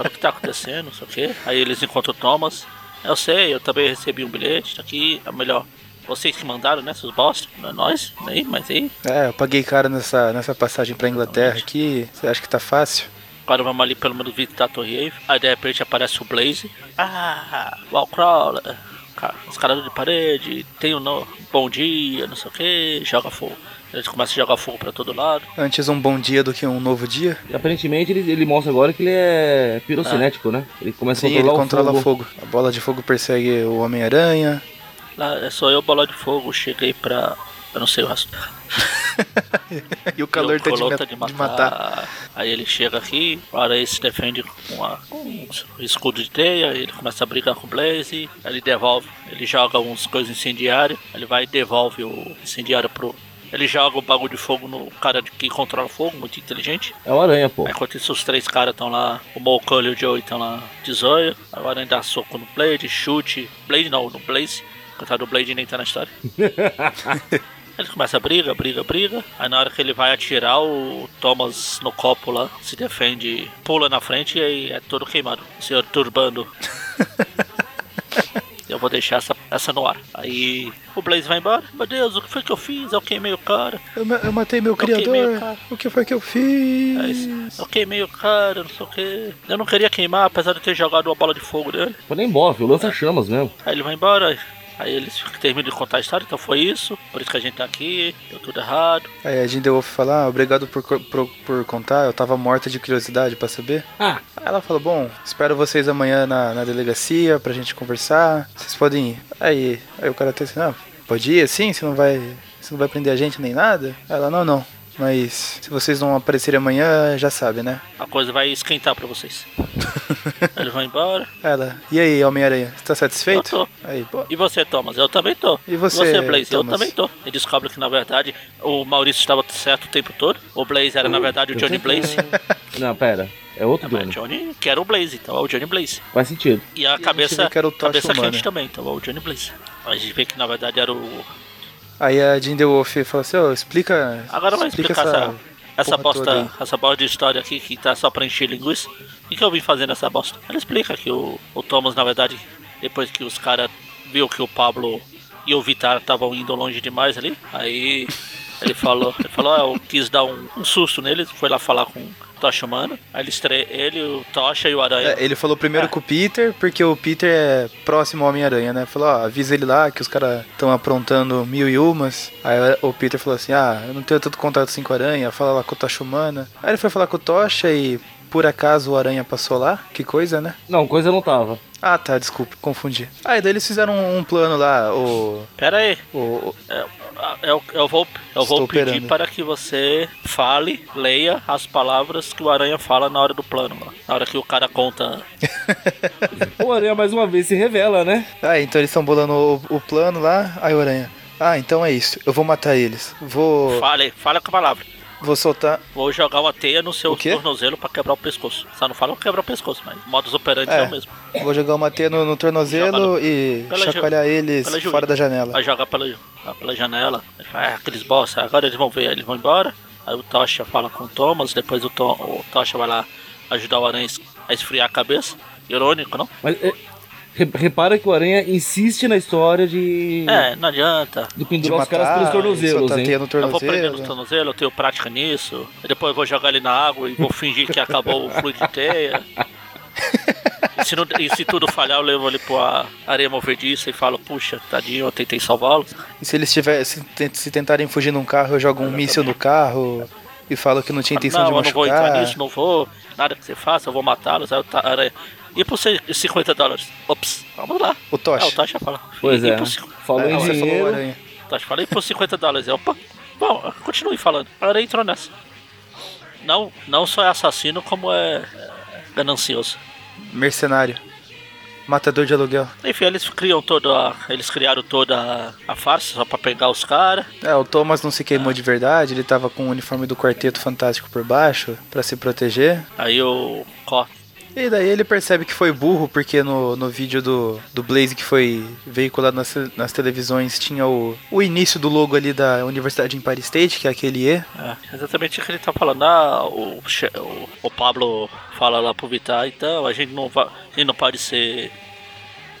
B: olha o que tá acontecendo, não sei o quê. Aí eles encontram o Thomas. Eu sei, eu também recebi um bilhete, tá aqui, é melhor. Vocês que mandaram, né, seus bosta, não é nós, aí, mas aí,
C: É, eu paguei cara nessa, nessa passagem pra Inglaterra aqui. Você acha que tá fácil?
B: Agora vamos ali pelo menos visitar a Torre Eiffel. Aí de repente aparece o Blaze. Ah, Wallcrawler. Ca- Escalada de parede. Tem um no... bom dia, não sei o que. Joga fogo. Eles começam a jogar fogo pra todo lado.
C: Antes um bom dia do que um novo dia?
D: E aparentemente ele, ele mostra agora que ele é
B: Ah.
D: pirocinético, né? Ele começa a
C: Sim, ele
D: controlar o
C: controla
D: fogo.
C: fogo. A bola de fogo persegue o Homem-Aranha.
B: Lá é só eu, bola de fogo. Cheguei pra. Eu não sei o resto.
C: (laughs) e o calor tá de,
B: Colou
C: me-
B: tá de
C: de matar.
B: Aí ele chega aqui, o Aranha se defende com, a, com um escudo de teia, ele começa a brigar com o Blaze, aí ele devolve, ele joga uns coisas incendiárias, ele vai e devolve o incendiário pro. Ele joga o bagulho de fogo no cara de- que controla o fogo, muito inteligente.
D: É o aranha, pô.
B: Aí, Enquanto isso, os três caras estão lá, o Mocão e o Joey estão lá de zóio. Agora ainda dá soco no Blade, chute. Blade não, no Blaze. Coitado do Blade nem tá na história. Ele começa a briga, briga, briga. Aí na hora que ele vai atirar, o Thomas no copo lá se defende, pula na frente e aí é todo queimado. O senhor Turbando. Eu vou deixar essa, essa no ar. Aí o Blaze vai embora. Meu Deus, o que foi que eu fiz? Eu queimei o cara.
C: Eu, ma- eu matei meu
B: queimei
C: criador.
B: o cara. É
C: o que foi que eu fiz?
B: Mas Eu queimei o cara, não sei o que. Eu não queria queimar, apesar de ter jogado uma bola de fogo nele.
D: Pô, nem move, lança chamas mesmo.
B: Aí ele vai embora. Aí eles terminam de contar a história, então foi isso. Por isso que a gente tá aqui, deu tudo errado.
C: Aí a Jindelwolf fala, ah, obrigado por, co- por, por contar, eu tava morta de curiosidade pra saber.
D: Ah,
C: Aí Ela falou, bom, espero vocês amanhã na, na delegacia pra gente conversar, vocês podem ir. Aí, aí o cara até assim, ah, pode ir assim? Você não vai. Você não vai prender a gente nem nada? Ela, não, não. Mas se vocês não aparecerem amanhã, já sabe, né?
B: A coisa vai esquentar pra
C: (laughs)
B: vocês. eles vão embora.
C: Ela, e aí, Homem-Aranha, você tá satisfeito?
B: Eu tô.
C: Aí, pô,
B: E você, Thomas? Eu também tô.
C: E você,
B: Blaze? Eu
C: Thomas?
B: também tô. E descobre que, na verdade, o Maurício estava certo o tempo todo. O Blaze era, na verdade, o Johnny Blaze. Ah,
D: não, pera. É outro
B: Mas
D: Johnny.
B: Johnny, que era o Blaze, então é o Johnny Blaze.
D: Faz sentido.
B: E a
C: gente
B: cabeça,
C: vê que era o Tocha
B: cabeça
C: Humana.
B: quente também, então é o Johnny Blaze. A gente vê que, na verdade, era o...
C: Aí a Jindelwolf falou assim, ó, explica.
B: Agora vai
C: explica
B: explicar essa... Essa
C: porra toda aí.
B: bosta, essa bosta de história aqui que tá só pra encher linguiça. O que, que eu vim fazer nessa bosta? Ela explica que o, o Thomas, na verdade, depois que os caras viu que o Pablo e o Vitar estavam indo longe demais ali, aí ele falou, ele falou, "Ah, eu quis dar um, um susto nele, foi lá falar com o Tocha Humana, aí eles tre ele, o Tocha e o Aranha.
C: É, ele falou primeiro com o Peter, porque o Peter é próximo ao Homem-Aranha, né? Falou, ó, avisa ele lá que os caras estão aprontando mil e umas. Aí o Peter falou assim, ah, eu não tenho tanto contato assim com a Aranha, fala lá com o Tocha Humana. Aí ele foi falar com o Tocha e por acaso o Aranha passou lá, que coisa, né?
D: Não, coisa não tava.
C: Ah, tá, desculpa, confundi. Aí daí eles fizeram um, um plano lá, o...
B: Pera aí,
C: o
B: É, Eu, eu vou, eu vou
C: Estou
B: pedir
C: operando.
B: para que você fale, leia as palavras que o Aranha fala na hora do plano, lá. na hora que o cara conta.
D: O aranha mais uma vez se revela, né?
C: Ah, então eles estão bolando o, o plano lá, aí o Aranha... Ah, então é isso. Eu vou matar eles. Vou.
B: Fale, fala com a palavra.
C: Vou soltar.
B: Vou jogar uma teia no seu
C: O quê?
B: tornozelo pra quebrar o pescoço. Só não falam quebrar o pescoço, mas modus operandi é,
C: É.
B: o mesmo.
C: Vou jogar uma teia no, no tornozelo e
B: Pela ju-
C: chacoalhar eles
B: pela juíza.
C: fora da janela.
B: Vai jogar pela, ah, pela janela. Ele fala, Ah, aqueles bosta, agora eles vão ver, eles vão embora. Aí o Tocha fala com o Thomas, depois o, Tom, o Tocha vai lá ajudar o Aranha a esfriar a cabeça. Irônico, não?
D: Mas é, re- repara que o Aranha insiste na história de,
B: É, não adianta.
D: de
C: De
D: pendurar os caras
C: matar,
D: pelos tornozelos,
C: soltar
D: hein?
C: teia no
B: Eu vou prender no
C: tornozelo.
B: tornozelo, eu tenho prática nisso. E Depois eu vou jogar ele na água e
C: (laughs)
B: vou fingir que acabou o fluido de teia. E se, não- e se tudo falhar, eu levo ele pra areia movediça e falo, puxa, tadinho, eu tentei salvá-lo.
C: E se eles tiver, se, tent- se tentarem fugir num carro, eu jogo um míssil no carro e falo que não tinha intenção
B: não,
C: de
B: eu não vou entrar nisso,
C: machucar.
B: não vou. Nada que você faça, eu vou matá-los. Aí o Ta- aranha. E por cê- 50 dólares? Ops, vamos lá.
C: O Tocha.
B: É, o Tocha fala.
D: Pois
B: E
D: é.
B: por cinco-
D: Falou
C: Ah,
D: em
C: você falou
D: dinheiro.
C: aranha.
B: Tá, te falei por 50 dólares. Eu, opa, bom, continue falando. A aranha entrou nessa. Não, não só é assassino, como é é ganancioso.
C: Mercenário. Matador de aluguel.
B: Enfim, eles criam toda a- Eles criaram toda a, a farsa só pra pegar os caras.
C: É, o Thomas não se
B: Ah.
C: queimou de verdade, ele tava com o uniforme do Quarteto Fantástico por baixo pra se proteger.
B: Aí o Cor
C: E daí ele percebe que foi burro, porque no, no vídeo do, do Blaze que foi veiculado nas, te- nas televisões tinha o, o início do logo ali da Universidade em Paris State, que é aquele E.
B: É, exatamente o que ele tá falando. Ah, o, che- o, o Pablo fala lá pro Vittar, então a gente não, va- a gente não pode ser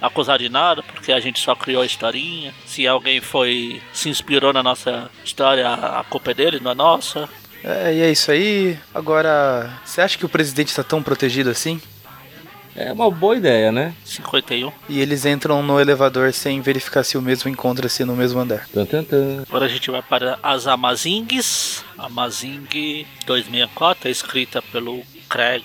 B: acusado de nada, porque a gente só criou a historinha. Se alguém foi. se inspirou na nossa história, a culpa é dele, não é nossa.
C: É, e é isso aí. Agora, você acha que o presidente tá tão protegido assim?
D: É uma boa ideia, né?
B: 51.
C: E eles entram no elevador sem verificar se o mesmo encontra-se no mesmo andar.
D: Tan, tan, tan.
B: Agora a gente vai para as Amazingues. Amazing 264, é escrita pelo Craig.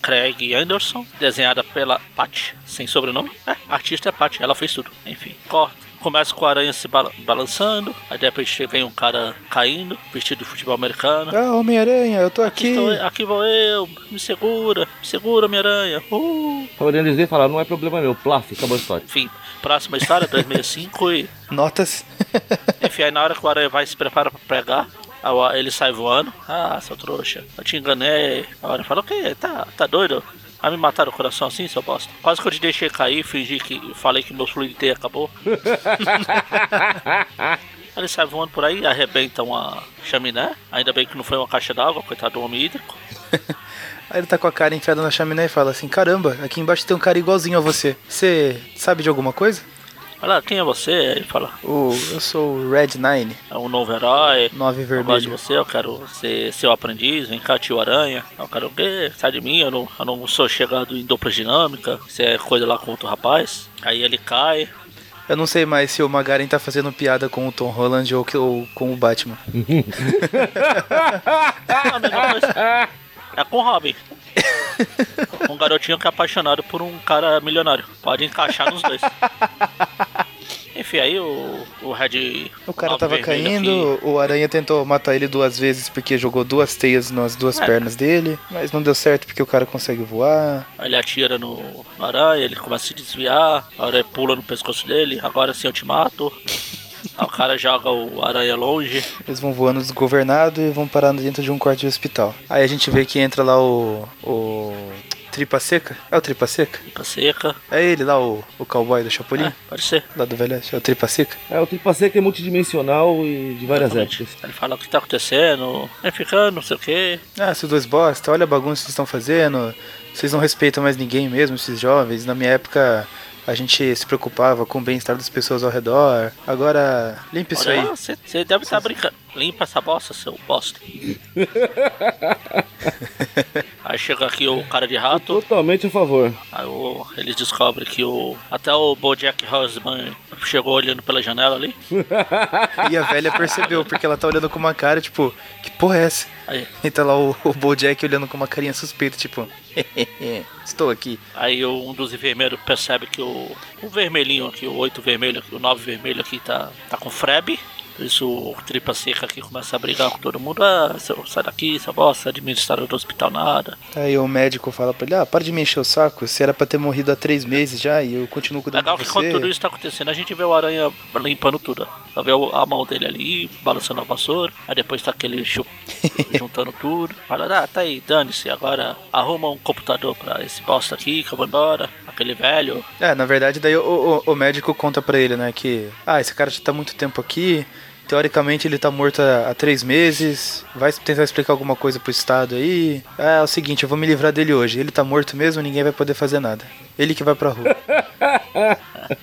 B: Craig Anderson, desenhada pela Pat, sem sobrenome. É, artista é Pat, ela fez tudo. Enfim, corta. Começa com a aranha se bala- balançando, aí de repente vem um cara caindo, vestido de futebol americano.
C: Ah, Homem-Aranha, eu tô
B: Aqui,
C: aqui.
B: estou eu- aqui vou eu, me segura, me segura, minha aranha. Uh.
D: Tava olhando eles e falaram, não é problema meu. Plaf, acabou a história. (laughs)
B: Enfim, próxima história, 265 e
C: Notas. (laughs)
B: Enfim, aí na hora que o aranha vai e se prepara pra pegar, aí o- ele sai voando. Ah, seu trouxa, eu te enganei. A aranha fala, o quê? Tá, tá doido? Vai me matar o coração assim, seu bosta? Quase que eu te deixei cair, fingi que falei que meu fluido inteiro acabou. aí ele sai voando por aí, arrebenta uma chaminé. Ainda bem que não foi uma caixa d'água, coitado do homem hídrico.
C: Aí ele tá com a cara enfiada na chaminé e fala assim: Caramba, aqui embaixo tem um cara igualzinho a você. Você sabe de alguma coisa?
B: Fala, quem é você? Aí Ele fala,
C: O, eu sou o Red Nine,
B: é um novo herói.
C: nove
B: Eu gosto de
C: vermelho.
B: você, eu quero ser seu aprendiz, vem cá, tio Aranha. Eu quero o quê? Sai de mim, eu não, eu não sou chegado em dupla dinâmica. Isso é coisa lá com outro rapaz. Aí ele cai.
C: Eu não sei mais se o Magaren tá fazendo piada com o Tom Holland ou, que- ou com o Batman.
B: É a mesma coisa. É com o
C: (laughs)
B: Robin. Um garotinho que é apaixonado por um cara milionário. Pode encaixar nos
C: (laughs)
B: dois. Enfim, aí o, o Red.
C: O cara
B: Nove
C: tava
B: Vermelho que-
C: caindo, o Aranha tentou matar ele duas vezes porque jogou duas teias nas duas
B: É.
C: pernas dele, mas não deu certo porque o cara consegue voar.
B: Aí Ele atira no, no aranha, ele começa a se desviar, a aranha pula no pescoço dele, agora sim eu te
C: (laughs)
B: mato. Aí o cara joga o aranha longe.
C: Eles vão voando desgovernado e vão parar dentro de um quarto de hospital. Aí a gente vê que entra lá o. o. Tripa Seca? É o Tripa Seca?
B: Fica seca.
C: É ele lá, o, o cowboy do Chapolin?
B: É, pode ser.
C: Lá do Velho Oeste, é o Tripa Seca?
D: É, o Tripa Seca é multidimensional e de várias épocas.
B: Ele fala o que tá acontecendo, vai ficando, não sei o que.
C: Ah, seus dois bosta, olha a bagunça que vocês estão fazendo. Vocês não respeitam mais ninguém mesmo, esses jovens. Na minha época, a gente se preocupava com o bem-estar das pessoas ao redor. Agora, limpa isso aí.
B: Você deve estar brincando. Limpa essa bosta, seu
C: (laughs)
B: bosta. aí chega aqui o cara de rato,
D: Totalmente a favor.
B: aí o- eles descobrem que o. Até o Bojack Horseman chegou olhando pela janela ali.
C: E a velha percebeu, porque ela tá olhando com uma cara, tipo, que porra é essa?
B: Aí,
C: E tá lá o, o Bojack olhando com uma carinha suspeita, tipo, (laughs) estou aqui.
B: Aí o- um dos enfermeiros um percebe que o, o vermelhinho aqui, o oito vermelho, aqui, o nove vermelho aqui tá, tá com frebe. Isso o tripa seca que começa a brigar com todo mundo. Ah, seu- sai daqui, seu bosta, administrador do hospital nada.
C: Aí o médico fala pra ele, ah, para de me encher o saco, você era pra ter morrido há três meses já e eu continuo cuidando
B: Legal
C: de
B: que
C: você.
B: quando tudo isso tá acontecendo, a gente vê o aranha limpando tudo. Tá vê o- a mão dele ali, balançando a vassoura, aí depois tá aquele chu- juntando tudo. Fala, ah, tá aí, dane-se, agora arruma um computador pra esse bosta aqui que eu vou embora. Aquele velho,
C: É, na verdade, daí o, o- o médico conta pra ele, né, que, ah, esse cara já tá muito tempo aqui, teoricamente ele tá morto há, há três meses, vai tentar explicar alguma coisa pro Estado aí. Ah, é o seguinte, eu vou me livrar dele hoje, ele tá morto mesmo, ninguém vai poder fazer nada. Ele que vai pra
B: (laughs)
C: rua.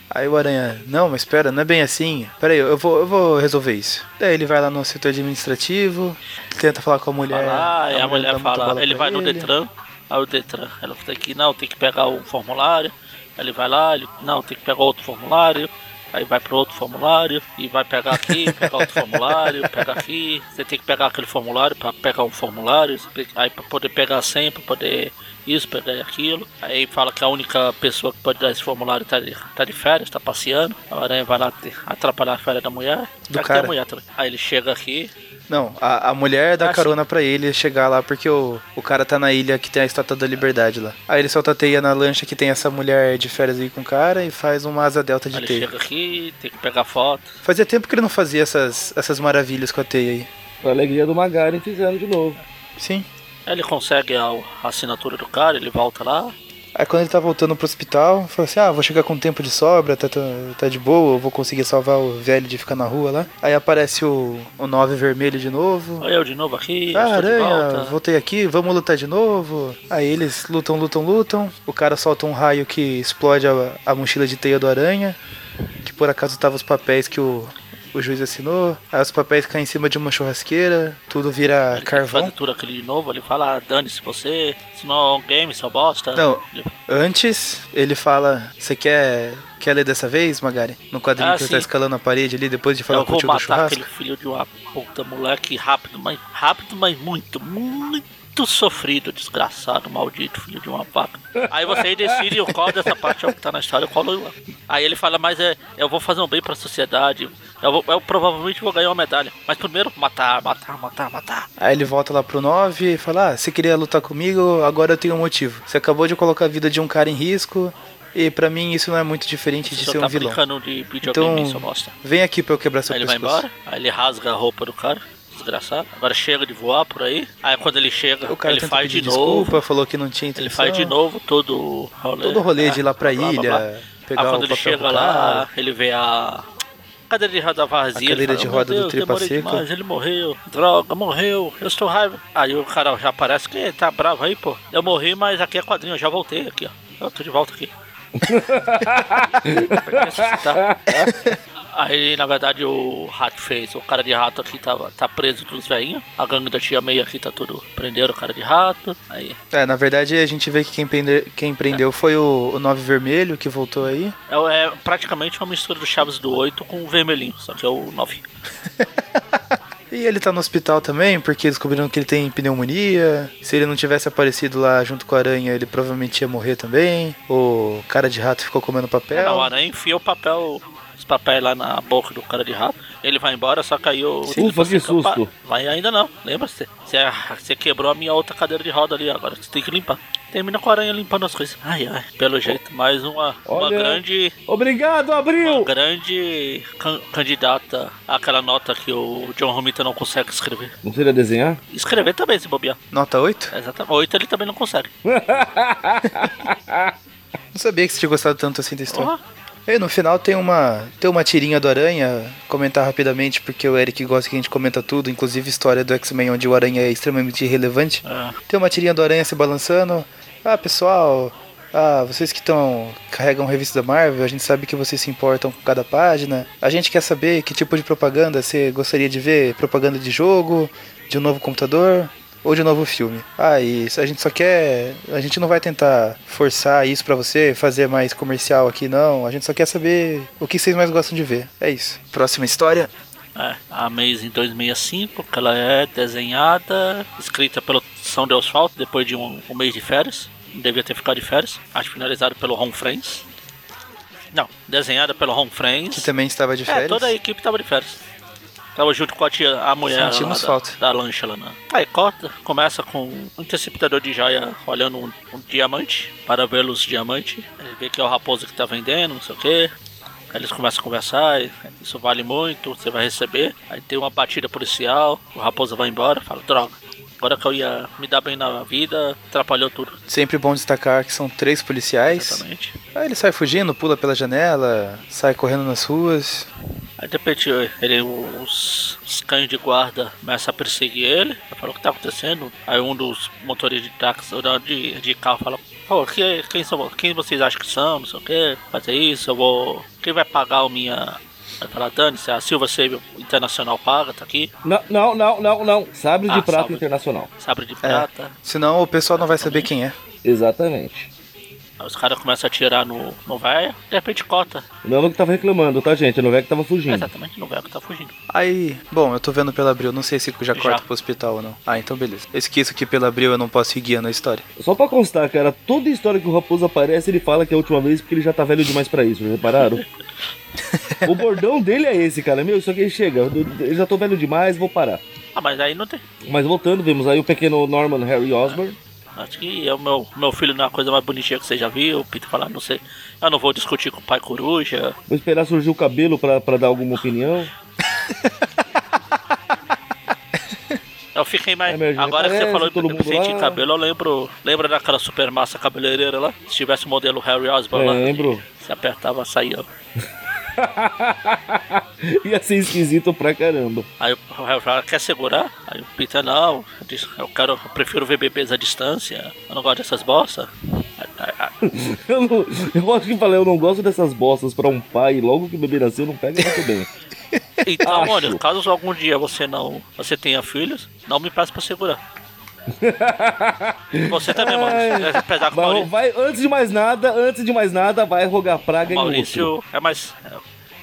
C: Aí o Aranha, não, mas espera, não é bem assim. Pera aí, eu vou, eu vou resolver isso. Daí ele vai lá no setor administrativo, tenta falar com a mulher.
B: fala, ah, e a mulher
C: dá muita bola
B: fala, ele
C: pra
B: vai no
C: ele.
B: Detran, aí o Detran, ela tem que, não, tem que pegar um formulário, aí ele vai lá, ele, não, tem que pegar outro formulário. Aí vai pro outro formulário e vai pegar aqui, pegar outro formulário, (laughs) pega aqui. Você tem que pegar aquele formulário pra pegar um formulário, você tem que- aí pra poder pegar a senha, pra poder isso, pegar aquilo. Aí fala que a única pessoa que pode dar esse formulário tá de, tá de férias, tá passeando. A aranha vai lá te- atrapalhar a férias da mulher. Aqui é
C: Do
B: a
C: cara.
B: mulher também. Aí ele chega aqui,
C: Não, a, a mulher dá
B: Ah, sim.
C: carona pra ele chegar lá porque o, o cara tá na ilha que tem a estátua da liberdade lá. Aí ele solta a teia na lancha que tem essa mulher de férias aí com o cara e faz uma asa delta
B: aí
C: de
B: ele
C: teia.
B: chega aqui, tem que pegar foto.
C: Fazia tempo que ele não fazia essas, essas maravilhas com a teia aí.
D: Pra alegria do Magaren fizeram de novo.
C: Sim.
B: Aí Ele consegue a a assinatura do cara, ele volta lá.
C: Aí quando ele tá voltando pro hospital, fala assim: ah, vou chegar com tempo de sobra, tá, tá, tá de boa, eu vou conseguir salvar o velho de ficar na rua lá. Aí aparece o, o 9 vermelho de novo.
B: Olha eu de novo aqui,
C: Ah,
B: eu estou de
C: aranha,
B: volta.
C: voltei aqui, vamos lutar de novo. Aí eles lutam, lutam, lutam. O cara solta um raio que explode a, a mochila de teia do aranha, que por acaso tava os papéis que o, o juiz assinou. Aí os papéis caem em cima de uma churrasqueira, tudo vira
B: Ele
C: carvão.
B: Faz tudo aquilo de novo, ele fala, ah, dane-se você, senão é um game, só bosta.
C: Não.
B: Ele-
C: Antes, ele fala: Você quer, quer ler dessa vez, Magari? No quadrinho
B: Ah,
C: que ele
B: sim.
C: tá escalando a parede ali, depois de falar
B: eu
C: com o
B: vou
C: tio do
B: matar
C: churrasco.
B: aquele filho de uma puta moleque rápido, mas rápido, mas muito, muito sofrido, desgraçado, maldito, filho de uma vaca. Aí você aí decide o qual dessa parte é o que tá na história, qual não é. Aí ele fala, mas é, eu vou fazer um bem pra sociedade, eu, vou- eu provavelmente vou ganhar uma medalha, mas primeiro matar, matar, matar, matar.
C: Aí ele volta lá pro 9 e fala: Ah, você queria lutar comigo, agora eu tenho um motivo. Você acabou de colocar a vida de um cara em risco, e pra mim isso não é muito diferente de
B: Você
C: ser
B: tá
C: um vilão.
B: brincando de videogame,
C: Então,
B: só bosta.
C: vem aqui pra eu quebrar seu
B: Aí ele vai
C: pescoço.
B: embora, aí ele rasga a roupa do cara, desgraçado. Agora chega de voar por aí. Aí quando ele chega,
C: O cara
B: ele
C: tenta
B: faz de
C: pedir
B: novo.
C: desculpa, falou que não tinha intenção.
B: Ele faz de novo todo o rolê.
C: Então, Todo o rolê
B: né?
C: de ir lá pra
B: Blá, blá,
C: ilha,
B: blá.
C: pegar
B: aí
C: o
B: quando ele
C: papel
B: chega
C: pro
B: lá,
C: cara.
B: ele vê a cadeira de roda vazia.
C: A cadeira
B: ele
C: de
B: "Meu
C: roda do
B: Deus,
C: Tripa
B: demorei
C: Seca."
B: Demais, ele morreu, droga, morreu, eu estou raiva. Aí o cara já aparece que tá bravo aí, pô. Eu morri, mas aqui é quadrinho, eu já voltei aqui, ó. Eu tô de volta aqui. Tá. Aí, na verdade, o rato fez. O cara de rato aqui tá, tá preso dos velhinhos. A gangue da tia meia aqui tá tudo. Prenderam o cara de rato. Aí
C: É, na verdade a gente vê que quem, prende- quem prendeu foi o, o 9 vermelho que voltou aí.
B: É, é praticamente uma mistura do Chaves do 8 com o vermelhinho, só que é o 9.
C: E ele tá no hospital também, porque descobriram que ele tem pneumonia. Se ele não tivesse aparecido lá junto com a aranha, ele provavelmente ia morrer também. O cara de rato ficou comendo
D: É,
C: papel.
B: Na hora né? enfia o papel, os papéis lá na boca do cara de rato. Ele vai embora, só caiu.
D: Sim. Ufa, que susto.
B: Vai ainda não, lembra-se. Você, você quebrou a minha outra cadeira de roda ali, agora você tem que limpar. Termina com a aranha limpando as coisas. Ai, ai. Pelo jeito, mais uma, uma
D: Olha.
B: grande.
D: Obrigado,
B: Uma
D: Abril!
B: grande can- candidata àquela nota que o John Romita não consegue escrever.
D: Não seria desenhar?
B: Escrever também, se bobear.
C: Nota 8?
B: Exatamente. Oito ele também não consegue.
C: Não sabia que você tinha gostado tanto assim da história.
B: Porra.
C: E no final tem uma, tem uma tirinha do Aranha, comentar rapidamente, porque o Eric gosta que a gente comenta tudo, inclusive história do X-Men, onde o Aranha é extremamente irrelevante.
B: Ah.
C: Tem uma tirinha do Aranha se balançando. Ah, pessoal, ah, vocês que estão carregam revista da Marvel, a gente sabe que vocês se importam com cada página. A gente quer saber que tipo de propaganda você gostaria de ver, propaganda de jogo, de um novo computador ou de um novo filme. Ah, e isso a gente só quer, a gente não vai tentar forçar isso pra você, fazer mais comercial aqui não. A gente só quer saber o que vocês mais gostam de ver. É isso. Próxima história.
B: É, a Amazing 265, que ela é desenhada, escrita pelo São Deus Falto, depois de um, um mês de férias. Não devia ter ficado de férias. Acho finalizado pelo Ron Friends. Não, desenhada pelo Ron Friends.
C: Que também estava de férias.
B: É, toda a equipe estava de férias. Tava junto com a, tia, a mulher lá
C: Sentimos
B: da,
C: falta.
B: da lancha lá. Na... Aí corta, começa com um interceptador de joia olhando um, um diamante, para ver os diamantes. Ele vê que é o raposo que tá vendendo, não sei o quê. Aí eles começam a conversar, e, isso vale muito, você vai receber. Aí tem uma batida policial, o raposo vai embora, fala, droga, agora que eu ia me dar bem na vida, atrapalhou tudo.
C: Sempre bom destacar que são três policiais.
B: Exatamente.
C: Aí ele sai fugindo, pula pela janela, sai correndo nas ruas.
B: Aí de repente ele, os, os cães de guarda começam a perseguir ele. Ele falou o que tá acontecendo. Aí um dos motores de táxi, ou não, de, de carro, fala: Pô, que, quem, são, quem vocês acham que são? Não sei o que, fazer isso, eu vou. Quem vai pagar o minha. Aí fala: Dani, a Silva Sable Internacional paga, tá aqui,
D: Não, não, não, não, não. Sabre de
B: Ah,
D: prata
B: sabre.
D: internacional.
B: sabre de
C: É.
B: prata.
C: Senão o pessoal não vai saber quem é.
D: Exatamente.
B: Aí os caras começam a atirar no, no velho, de repente corta.
D: Não é o que tava reclamando, tá, gente? Não é o que tava fugindo.
B: Exatamente no velho que tá fugindo.
C: Aí, bom, eu tô vendo pela Abril, não sei se já corta pro hospital ou não. Ah, então beleza. Eu esqueço que pela Abril eu não posso ir guiando a história.
D: Só pra constar, cara, toda história que o Raposo aparece, ele fala que é a última vez porque ele já tá velho demais pra isso, já
B: (laughs)
D: repararam? o bordão dele é esse, cara. Meu, só que ele chega. eu- Eu já tô velho demais, vou parar.
B: Ah, mas aí não tem.
D: Mas voltando, vimos aí o pequeno Norman Harry Osborn.
B: Acho que é o meu, meu filho não é a coisa mais bonitinha que você já viu. O Pito falar, não sei. Eu não vou discutir com o pai coruja.
D: Vou esperar surgir o cabelo pra, pra dar
B: (laughs)
D: alguma opinião. (laughs)
B: Eu fiquei mais.
D: É, meu, já
B: Agora que você
D: aparece,
B: falou
D: todo
B: em
D: mundo
B: deficiente
D: lá.
B: de cabelo, eu lembro. Lembra daquela super massa cabeleireira lá? Se tivesse o modelo Harry Osborn lá.
D: Lembro.
B: Se apertava, saía.
D: Ia ser esquisito pra caramba.
B: Aí o Harry fala, quer segurar? Aí o Peter, não. Eu disse, Eu, quero, eu prefiro ver bebês à distância. Eu não gosto dessas bolsas.
D: Eu, não- eu acho que falei, eu não gosto dessas bostas pra um pai. Logo que o bebê nasceu, não pega muito bem.
B: Então,
D: Acho.
B: olha, caso algum dia você não você tenha filhos, não me peça pra
D: (laughs)
B: segurar. Você também, mano. Você vai pesar Tá com o Maurício.
D: Mas vai, antes de mais nada, antes de mais nada, vai rogar praga em outro.
B: Maurício é mais, é,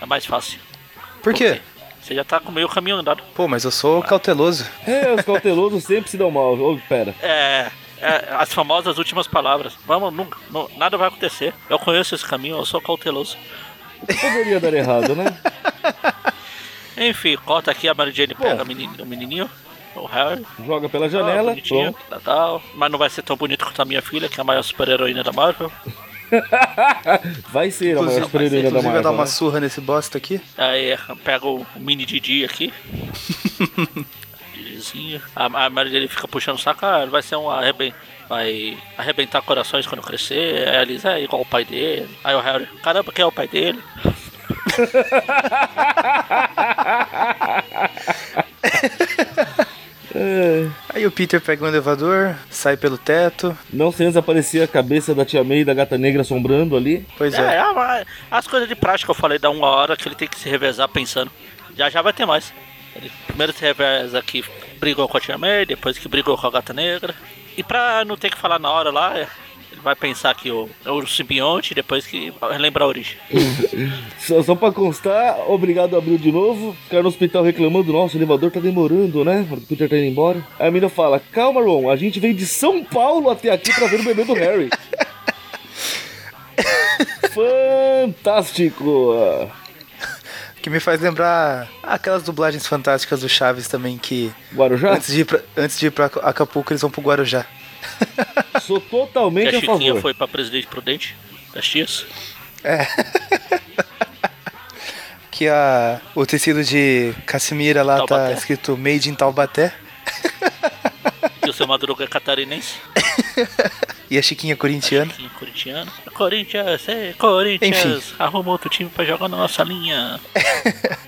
B: é mais fácil.
C: Por quê?
B: Você já tá com meio caminho andado.
C: Pô, mas eu sou cauteloso.
D: É, os cautelosos sempre se dão mal. Ô, pera.
B: É, é, as famosas últimas palavras. Vamos, nunca, nu- nada vai acontecer. Eu conheço esse caminho, eu sou cauteloso.
D: Poderia dar errado, né?
B: Enfim, corta aqui, a Mary Jane pega o menino- o menininho, o Harry.
D: Joga pela
B: Ah,
D: janela,
B: bonitinho,
D: pronto.
B: tal, tal. Mas não vai ser tão bonito quanto a minha filha, que é a maior super-heroína da Marvel.
D: Vai ser a maior super-heroína
C: inclusive
D: da
C: eu
D: Marvel.
C: dar uma
D: né?
C: surra nesse bosta aqui.
B: Aí pega o mini Didi aqui. Didizinho. A, a Mary Jane fica puxando o saco, ah, ele vai ser um arreben... Vai arrebentar corações quando crescer. Aí ela diz, é igual o pai dele. Aí o Harry, caramba, quem é o pai dele?
D: (laughs) É,
C: Aí o Peter pega um elevador, sai pelo teto.
D: Não sem antes aparecer a cabeça da tia May e da gata negra assombrando ali.
C: Pois
B: É,
C: é.
B: é, mas as coisas de prática que eu falei da uma hora que ele tem que se revezar pensando. Já já vai ter mais. Ele primeiro se reveza que brigou com a Tia May, depois que brigou com a Gata Negra. E pra não ter que falar na hora lá, ele vai pensar que o, é o simbionte, depois que lembrar a origem.
D: Só, só pra constar, obrigado abriu de novo. Ficaram no hospital reclamando, nossa, o elevador tá demorando, né? O Peter tá indo embora. Aí a menina fala, calma, Ron, a gente veio de São Paulo até aqui pra ver o bebê
B: (laughs)
D: do Harry. Fantástico!
C: Que me faz lembrar aquelas dublagens fantásticas do Chaves também que
D: Guarujá,
C: antes de ir pra, antes de ir pra Acapulco eles vão pro Guarujá.
D: sou
B: Que
D: totalmente
B: a
D: a
B: Chiquinha
D: favor.
B: foi pra Presidente Prudente, Caxias.
C: Que a, o tecido de Cassimira lá tá
B: Taubaté.
C: escrito Made in Taubaté.
B: E o seu Madruga é catarinense,
C: E a Chiquinha corintiana.
B: que é corintiano. Corinthians, é Corinthians, arruma outro time pra jogar na nossa
C: (laughs)
B: linha.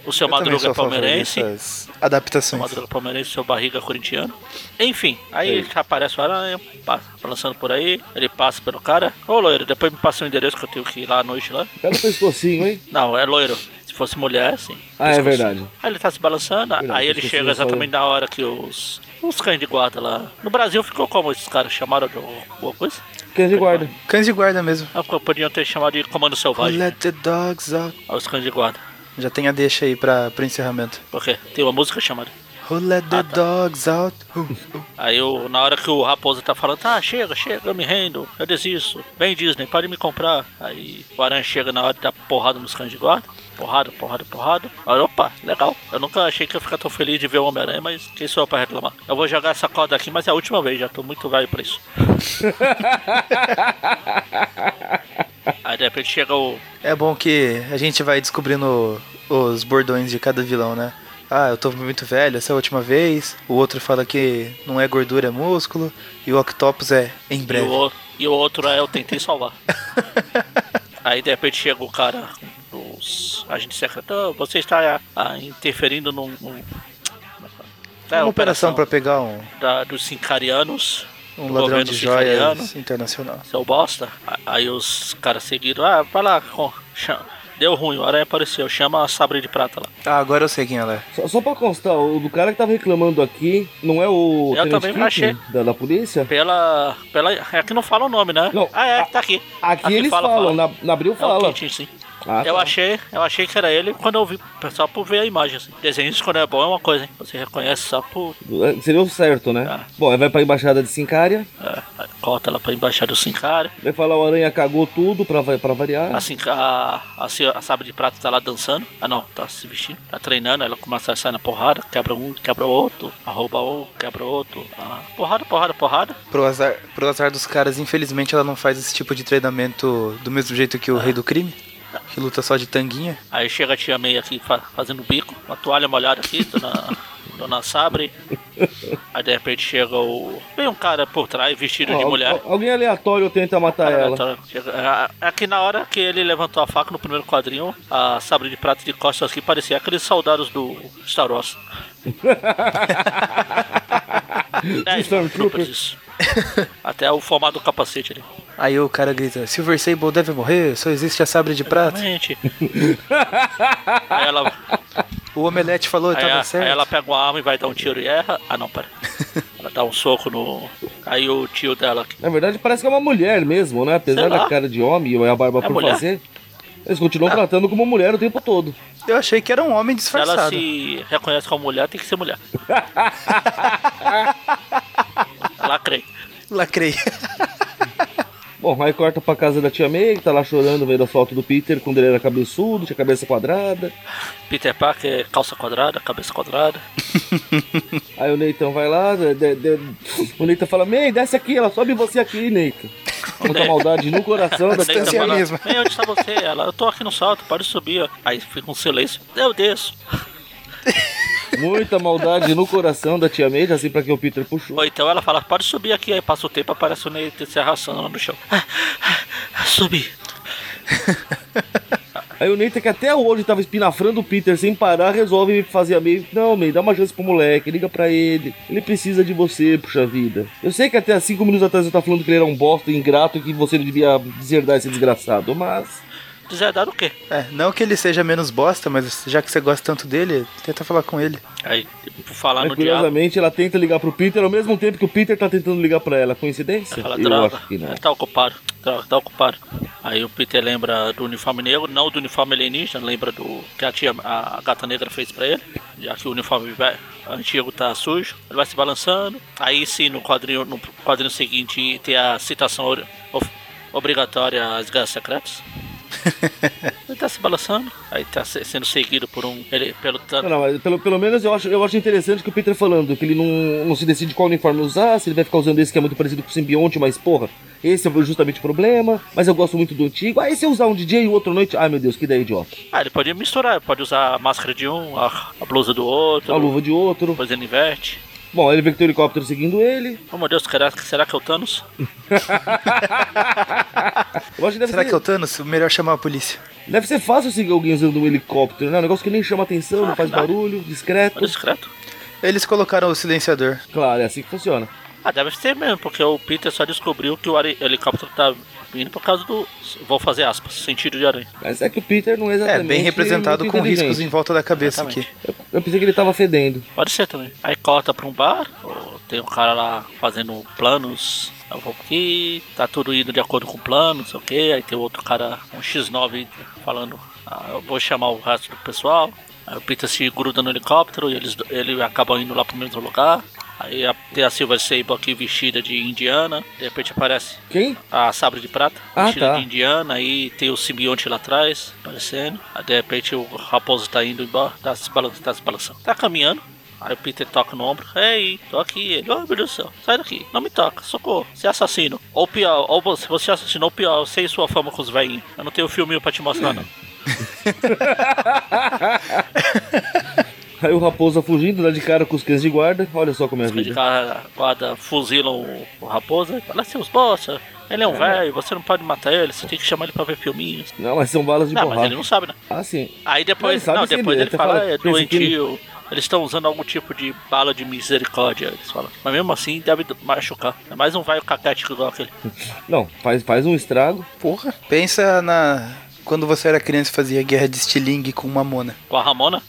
B: O seu
C: Eu também
B: Madruga
C: sou
B: é
C: a favor
B: palmeirense.
C: dessas
B: Seu
C: Adaptações.
B: Madruga Palmeirense, seu barriga corintiano. Enfim,
C: É.
B: aí aparece o Aranha, passa, balançando por aí, ele passa pelo cara. Ô loiro, depois me passa o endereço que eu tenho que ir lá à noite lá.
D: Pega o pescocinho, hein?
B: Não, é loiro. Se fosse mulher, sim.
D: Ah, é verdade.
B: Aí ele tá se balançando,
D: Verdade,
B: aí ele
D: esqueci
B: chega
D: dessa
B: exatamente na hora que os. Os cães de guarda lá. No Brasil ficou como esses caras chamaram de alguma coisa?
D: Quem é de guarda?
C: Cães de guarda mesmo.
B: Ah, porque Podiam ter chamado de comando selvagem.
C: Let the dogs out.
B: Ah, Os cães de guarda.
C: Já tem a deixa aí pra, pro encerramento.
B: Porque tem uma música chamada.
C: Who let the
B: Ah, tá.
C: dogs out? Uh. Who, who?
B: Aí eu, na hora que o Raposa tá falando, tá, chega, chega, eu me rendo, eu desisto. Vem Disney, pode me comprar. Aí o Aranha chega na hora de dar porrada nos cães de guarda. porrada, porrada, porrada. Aí, opa, legal. Eu nunca achei que ia ficar tão feliz de ver o Homem-Aranha, mas quem sou eu pra reclamar? Eu vou jogar essa corda aqui, mas é a última vez, já tô muito velho pra isso. Aí de repente chega o.
C: É bom que a gente vai descobrindo os bordões de cada vilão, né? Ah, eu tô muito velho, essa é a última vez. O outro fala que não é gordura, é músculo. E o Octopus é em
B: E
C: breve.
B: o, o- e o outro é eu tentei
C: (laughs)
B: salvar. Aí de repente chega o cara dos agentes secretos. "Ah, Você está ah, interferindo num. num... como é que fala? É,
C: Uma operação pra pegar um,
B: da- dos sincarianos.
C: um
B: do
C: ladrão
B: governo
C: de
B: sincariano.
C: joias internacional.
B: seu bosta. A- Aí os caras seguiram, ah, vai lá, com- cha- deu ruim, o aranha apareceu, chama a sabre de prata lá.
C: Ah, agora eu sei quem ela é.
D: Só, só pra constar, o do cara que tava reclamando aqui não é o.
B: Eu
D: Tenente
B: também
D: Kirk
B: achei.
D: Da, da polícia?
B: Pela. pela. É que não fala o nome, né?
D: Não,
B: ah, é,
D: a-
B: tá aqui.
D: Aqui, eles falam, né? na, na Abril
B: É o
D: fala.
B: Quentin, sim.
D: Ah,
B: eu
D: tá.
B: achei, eu achei que era ele quando eu vi, só por ver a imagem, assim. Desenhos quando é bom é uma coisa, hein? Você reconhece só por.
D: É, Seria o certo, né?
B: Ah.
D: Bom, aí vai pra embaixada de Sincária,
B: É, corta ela pra embaixada do Sincari.
D: vai falar o Aranha cagou tudo pra, va- pra variar.
B: Assim, a, a, se- a Sabre de Prata tá lá dançando. Ah, não, tá se vestindo, tá treinando. Ela começa a sair na porrada, quebra um, quebra outro, arroba um, quebra outro. Ah, porrada, porrada, porrada.
C: Pro azar, pro azar dos caras, infelizmente ela não faz esse tipo de treinamento do mesmo jeito que o Rei do Crime, que luta só de tanguinha.
B: Aí chega a tia May aqui fa- fazendo bico, uma toalha molhada aqui, dona, dona Sabre. Aí de repente chega o. Vem um cara por trás vestido de
D: Al-
B: mulher.
D: al- Alguém aleatório tenta matar
B: Cara,
D: ela.
B: tá- chega- ah, É que na hora que ele levantou a faca no primeiro quadrinho, a sabre de prata de costas aqui parecia aqueles soldados do Star
D: (laughs)
B: Wars. é,
D: Stormtrooper.
B: isso. Até o formato do capacete ali.
C: Aí o cara grita, Silver Sable deve morrer, só existe a sabre de prata.
B: Gente. aí ela,
C: O Omelete falou,
B: aí, a-
C: tava
B: aí ela
C: certo.
B: pega uma arma e vai dar um tiro e erra. Ah não, pera. Ela dá um soco no. Aí o tio dela aqui.
D: (laughs) Na verdade, parece que é uma mulher mesmo, né? Apesar
B: Sei
D: da
B: lá.
D: cara de homem e a barba
B: É
D: por
B: mulher?
D: fazer, eles continuam tratando como mulher o tempo todo.
C: Eu achei que era um homem
B: Se ela
C: disfarçado.
B: se reconhece como mulher, tem que ser
D: (laughs)
B: mulher. Lacrei.
C: Lacrei. (laughs)
D: Bom, aí corta pra casa da tia May, que tá lá chorando vendo a foto do Peter quando ele era cabeçudo, tinha cabeça quadrada.
B: Peter Parker, calça quadrada, cabeça quadrada.
D: Aí o Nathan vai lá, de- de- de- o Nathan fala, May, desce aqui, ela sobe você aqui, Nathan.
B: Né?
D: Muita maldade
B: (laughs)
D: no coração da
B: Daí
D: tia
C: Distância
B: ela fala,
C: mesmo.
B: Ei, onde está você? Ela, eu tô aqui no salto, pode subir. Aí fica um silêncio. Eu desço.
D: Muita maldade no coração da tia May, assim pra quem o Peter puxou.
B: Ou então ela fala, pode subir aqui. Aí passa o tempo, aparece o Nate se arrastando lá no chão. Ah, ah, ah, Subi.
D: Aí o Nathan, que até hoje tava espinafrando o Peter sem parar, resolve fazer a meio. Não, May, dá uma chance pro moleque, liga pra ele. Ele precisa de você, puxa vida. Eu sei que até há cinco minutos atrás você tá falando que ele era um bosta ingrato e que você devia deserdar esse desgraçado, mas.
B: Deserdado o quê?
C: É, não que ele seja menos bosta, mas já que você gosta tanto dele, tenta falar com ele.
B: Aí, tipo, falar
D: Mas,
B: no diabo.
D: curiosamente, ela tenta ligar pro Peter ao mesmo tempo que o Peter tá tentando ligar pra ela. Coincidência?
B: Fala,
D: Eu
B: droga,
D: acho que não.
B: ele tá ocupado, droga, tá ocupado. Aí o Peter lembra do uniforme negro, não do uniforme alienígena, lembra do que a tia, a gata negra fez pra ele, já que o uniforme ve- antigo tá sujo, ele vai se balançando. Aí sim, no quadrinho, no quadrinho seguinte, tem a citação ori- of- obrigatória às guerras secretas. Ele tá se balançando, aí tá se- sendo seguido por um, ele, pelo
D: Não,
B: tanto,
D: não, mas pelo, pelo menos eu acho, eu acho interessante que o Peter falando, que ele não, não se decide qual uniforme usar, se ele vai ficar usando esse que é muito parecido com o simbionte, mas porra, esse é justamente o problema, mas eu gosto muito do antigo. Ah, e se eu usar um DJ e o outro à noite? Ai meu Deus, que ideia idiota.
B: ah, ele pode misturar, ele pode usar a máscara de um, a, a blusa do
D: A
B: outro,
D: luva de outro.
B: depois ele inverte.
D: Bom, aí ele vê que tem um helicóptero seguindo ele. (laughs)
B: Oh meu Deus, será, será que é o Thanos?
D: Eu acho que deve,
C: Será
D: ser,
C: que é o Thanos? Melhor chamar a polícia.
D: deve ser fácil seguir alguém usando um helicóptero, né? Um negócio que nem chama atenção, não
B: Ah,
D: faz
B: não.
D: barulho, discreto.
B: Olha o É discreto.
C: Eles colocaram o silenciador.
D: Claro, é assim que funciona.
B: Ah, deve ser mesmo, porque o Peter só descobriu que o are- helicóptero tá vindo por causa do. Vou fazer aspas, sentido de aranha.
D: Mas é que o Peter não é
C: É,
D: exatamente.
C: bem representado
D: muito
C: com riscos em
D: inteligente.
C: volta da cabeça
B: Exatamente.
C: aqui.
D: Eu, eu pensei que ele tava fedendo.
B: Pode ser também. Aí corta pra um bar, ou tem um cara lá fazendo planos. Eu vou aqui, tá tudo indo de acordo com o plano, não sei o que. Aí tem outro cara, um X9, falando: ah, eu vou chamar o resto do pessoal. Aí o Peter se gruda no helicóptero e eles, ele acaba indo lá pro mesmo lugar. Aí a, tem a Silver Sable aqui vestida de indiana, de repente aparece
D: Quem?
B: a Sabre de Prata,
D: Ah,
B: vestida
D: tá.
B: de indiana, aí tem o simbionte lá atrás, aparecendo. Aí de repente o raposo tá indo embora, tá se balançando, tá se balançando. Tá caminhando. Aí o Peter toca no ombro, ei, tô aqui, ele, oh meu Deus do céu, sai daqui, não me toca, socorro, você é assassino. Ou pior, ou você você é assassino, ou pior, eu sei sua fama com os velhinhos. Eu não tenho filminho pra te
D: É,
B: mostrar, não.
D: (laughs) Aí o Raposa fugindo, dá de cara com os cães de guarda. Olha só como é a
B: Os de
D: vida.
B: cara- guarda fuzilam o, o raposa e falam, seus bosta, ele é um velho, você não pode matar ele, você tem que chamar ele pra ver filminhos.
D: Não, mas são balas de
B: Não, mas
D: borracha.
B: ele não sabe, né?
D: Ah, sim.
B: Aí
D: Não, ele
B: depois,
D: sabe
B: não,
D: sim,
B: depois
D: ele
B: ele
D: até
B: fala,
D: fala,
B: é
D: pensa que ele-
B: doentio, eles estão usando algum tipo de bala de misericórdia, eles falam. Mas mesmo assim deve machucar. É mais um velho caquético igual aquele.
D: Não, faz, faz um estrago.
C: Porra. Pensa na. Quando você era criança e fazia guerra de estilingue com mamona.
B: Com a
D: (laughs)
B: Ramona.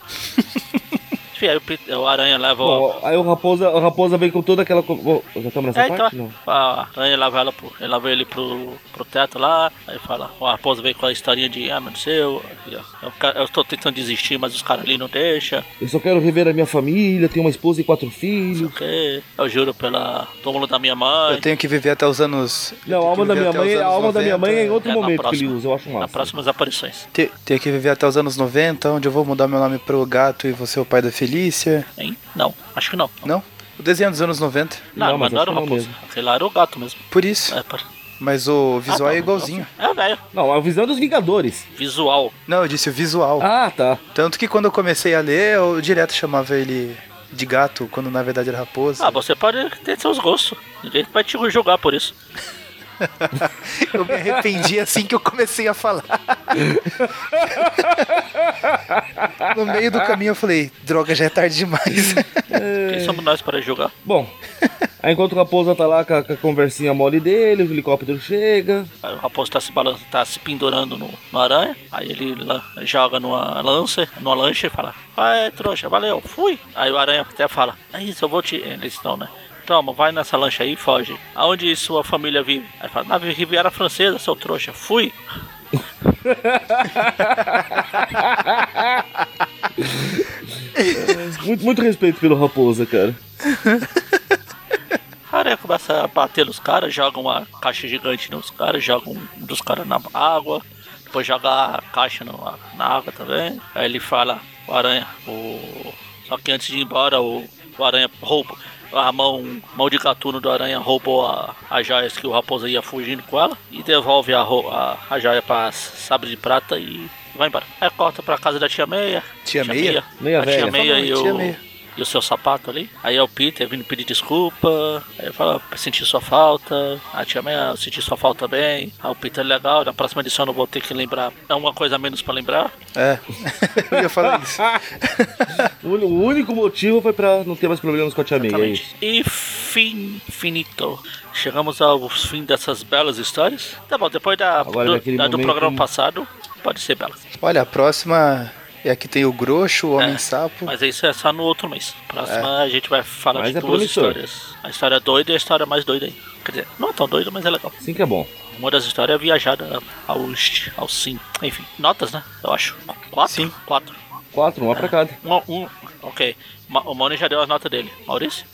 B: Enfim, aí o, Pit- o Aranha leva o.
D: Bom, aí o Raposa, o Raposa vem com toda aquela. co- Bom, já estamos nessa
B: É, então,
D: parte? Não.
B: a aranha leva ela pro, ele leva ele pro, pro teto lá, aí fala, o raposa vem com a historinha de, ah, meu Deus, eu, eu, ca- eu tô tentando desistir, mas os caras ali não deixam,
D: Eu só quero rever a minha família, tenho uma esposa e quatro filhos.
B: porque eu juro pela túmulo da minha mãe.
C: Eu tenho que viver até os anos. eu
D: Não,
C: tenho
D: a alma
C: que
D: da
C: viver
D: minha
C: até os
D: mãe, a
C: anos
D: alma da minha mãe é em
C: 90.
D: outro
B: É, na
D: momento que ele
B: próxima.
D: usa, eu acho massa.
B: Nas próximas aparições.
C: Te- Tenho que viver até os anos 90, onde eu vou mudar meu nome pro gato e você é o pai da Felícia.
B: Hein? Não, acho que não.
C: Não? O desenho é dos anos 90.
B: Não,
D: Não, mas
B: mas não era o
D: acho que não
B: raposa. Aquele lá era o gato mesmo.
C: Por isso.
B: É, pera-
C: Mas o visual
B: Ah,
C: é
B: tá.
C: igualzinho.
B: É, velho.
D: Não, a visão dos Vingadores.
B: Visual.
C: Não, eu disse o visual.
D: Ah, tá.
C: Tanto que quando eu comecei a ler, eu direto chamava ele de gato, quando na verdade era raposa.
B: Ah, você pode ter seus gostos. Ninguém vai te julgar por isso.
C: eu me arrependi assim que eu comecei a falar. no meio do caminho eu falei, droga, já é tarde demais.
B: Quem somos nós para julgar? (laughs)
D: Bom, aí enquanto o Raposa tá lá com a, com a conversinha mole dele, o helicóptero chega.
B: Aí o raposo tá se balançando, tá se pendurando no, no aranha. Aí ele la- joga numa lança, numa lancha e fala: Vai, trouxa, valeu, fui. Aí o aranha até fala: É isso, eu vou te. Eles estão, né? Toma, vai nessa lancha aí e foge. Aonde sua família vive? Aí fala: Na Riviera Francesa, seu trouxa, fui.
D: Muito, muito respeito pelo Raposa, cara.
B: A aranha começa a bater nos caras, joga uma caixa gigante nos caras, joga um dos caras na água, depois joga a caixa no- na água também. Aí ele fala, o aranha, o... só que antes de ir embora, o, o aranha rouba, a mão, mão de gatuno do aranha roubou a, as joias que o raposa ia fugindo com ela e devolve a, ro- a, a joia pra sabre de prata e vai embora. Aí corta pra casa da tia Meia.
C: Tia Meia?
D: Meia
B: a tia
D: velha.
B: Meia
C: Falou,
B: e o...
C: tia Meia.
B: E o seu sapato ali? Aí é o Peter vindo pedir desculpa. Aí eu falo, "Ah, senti sua falta. A tia May, eu senti sua falta também. Ah, o Peter é legal. Na próxima edição eu não vou ter que lembrar. É uma coisa a menos pra lembrar.
C: é, (laughs) eu ia falar isso.
D: (laughs) O, uni- o único motivo foi pra não ter mais problemas com a tia May, é isso.
B: Exatamente. E fim, finito. Chegamos ao fim dessas belas histórias. Tá bom, depois da,
D: Agora
B: do,
D: naquele
B: da- do
D: momento-
B: programa passado, pode ser bela.
C: Olha, a próxima é a que tem o Groxo, o
B: É,
C: Homem-Sapo.
B: Mas isso é só no outro mês. Próxima a gente vai falar
D: Mas
B: de
D: é
B: duas
D: promissor.
B: histórias. A história doida e a história mais doida aí. Quer dizer, não é tão doida, mas é legal.
D: Sim que é bom.
B: Uma das histórias é viajada ao, est- ao sim. Enfim, notas, né? Eu acho. Qu- Quatro?
C: Sim.
B: Quatro.
D: Quatro, uma pra cada.
B: Um, um. Ok. Ma- o Mauro já deu as notas dele. Maurício?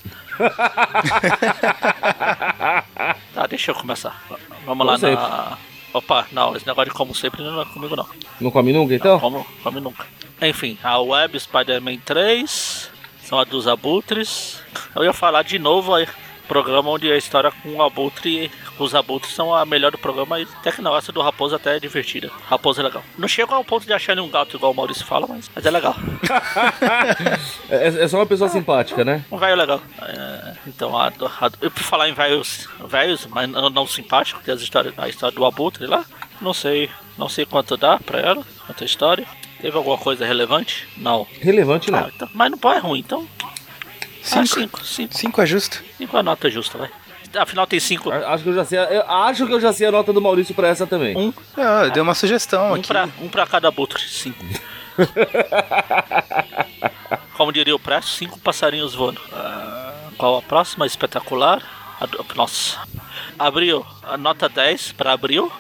B: tá, deixa eu começar. V- Vamos lá
D: Como sempre.
B: na... Opa, não, esse negócio de como sempre não é comigo não.
D: Não come nunca, então?
B: Como, como nunca. Enfim, a Web Spider-Man 3, são a dos Abutres. Eu ia falar de novo aí, programa onde a história com o Abutre, com os Abutres são a melhor do programa, e até que não, essa do Raposo até é divertida. Raposo é legal. Não chego ao ponto de achar ele um gato igual o Maurício fala, mas, mas é legal.
D: É, é só uma pessoa simpática, né?
B: Um velho legal. É, então, a, do- a, do- eu por falar em velhos, velhos mas não, não simpático, tem as histórias, a história do Abutre lá. Não sei, não sei quanto dá pra ela, quanto é a história. Teve alguma coisa relevante? Não.
D: Relevante
B: Ah,
D: não.
B: então- mas não pode é ruim, então.
C: Cinco.
B: Ah, cinco, cinco.
C: Cinco é justo?
B: Cinco é a nota justa, vai. Afinal tem cinco.
C: Ah,
D: A- Acho que eu já sei. a- Eu acho que eu já sei a nota do Maurício pra essa também.
B: Um,
C: Não, eu dei uma sugestão
B: um,
C: aqui.
B: pra, um pra cada abutre,
C: (laughs)
B: cinco. Como diria o Presto, cinco passarinhos voando. Ah, qual a próxima? Espetacular. A do- nossa. Abril, a nota 10 pra abril.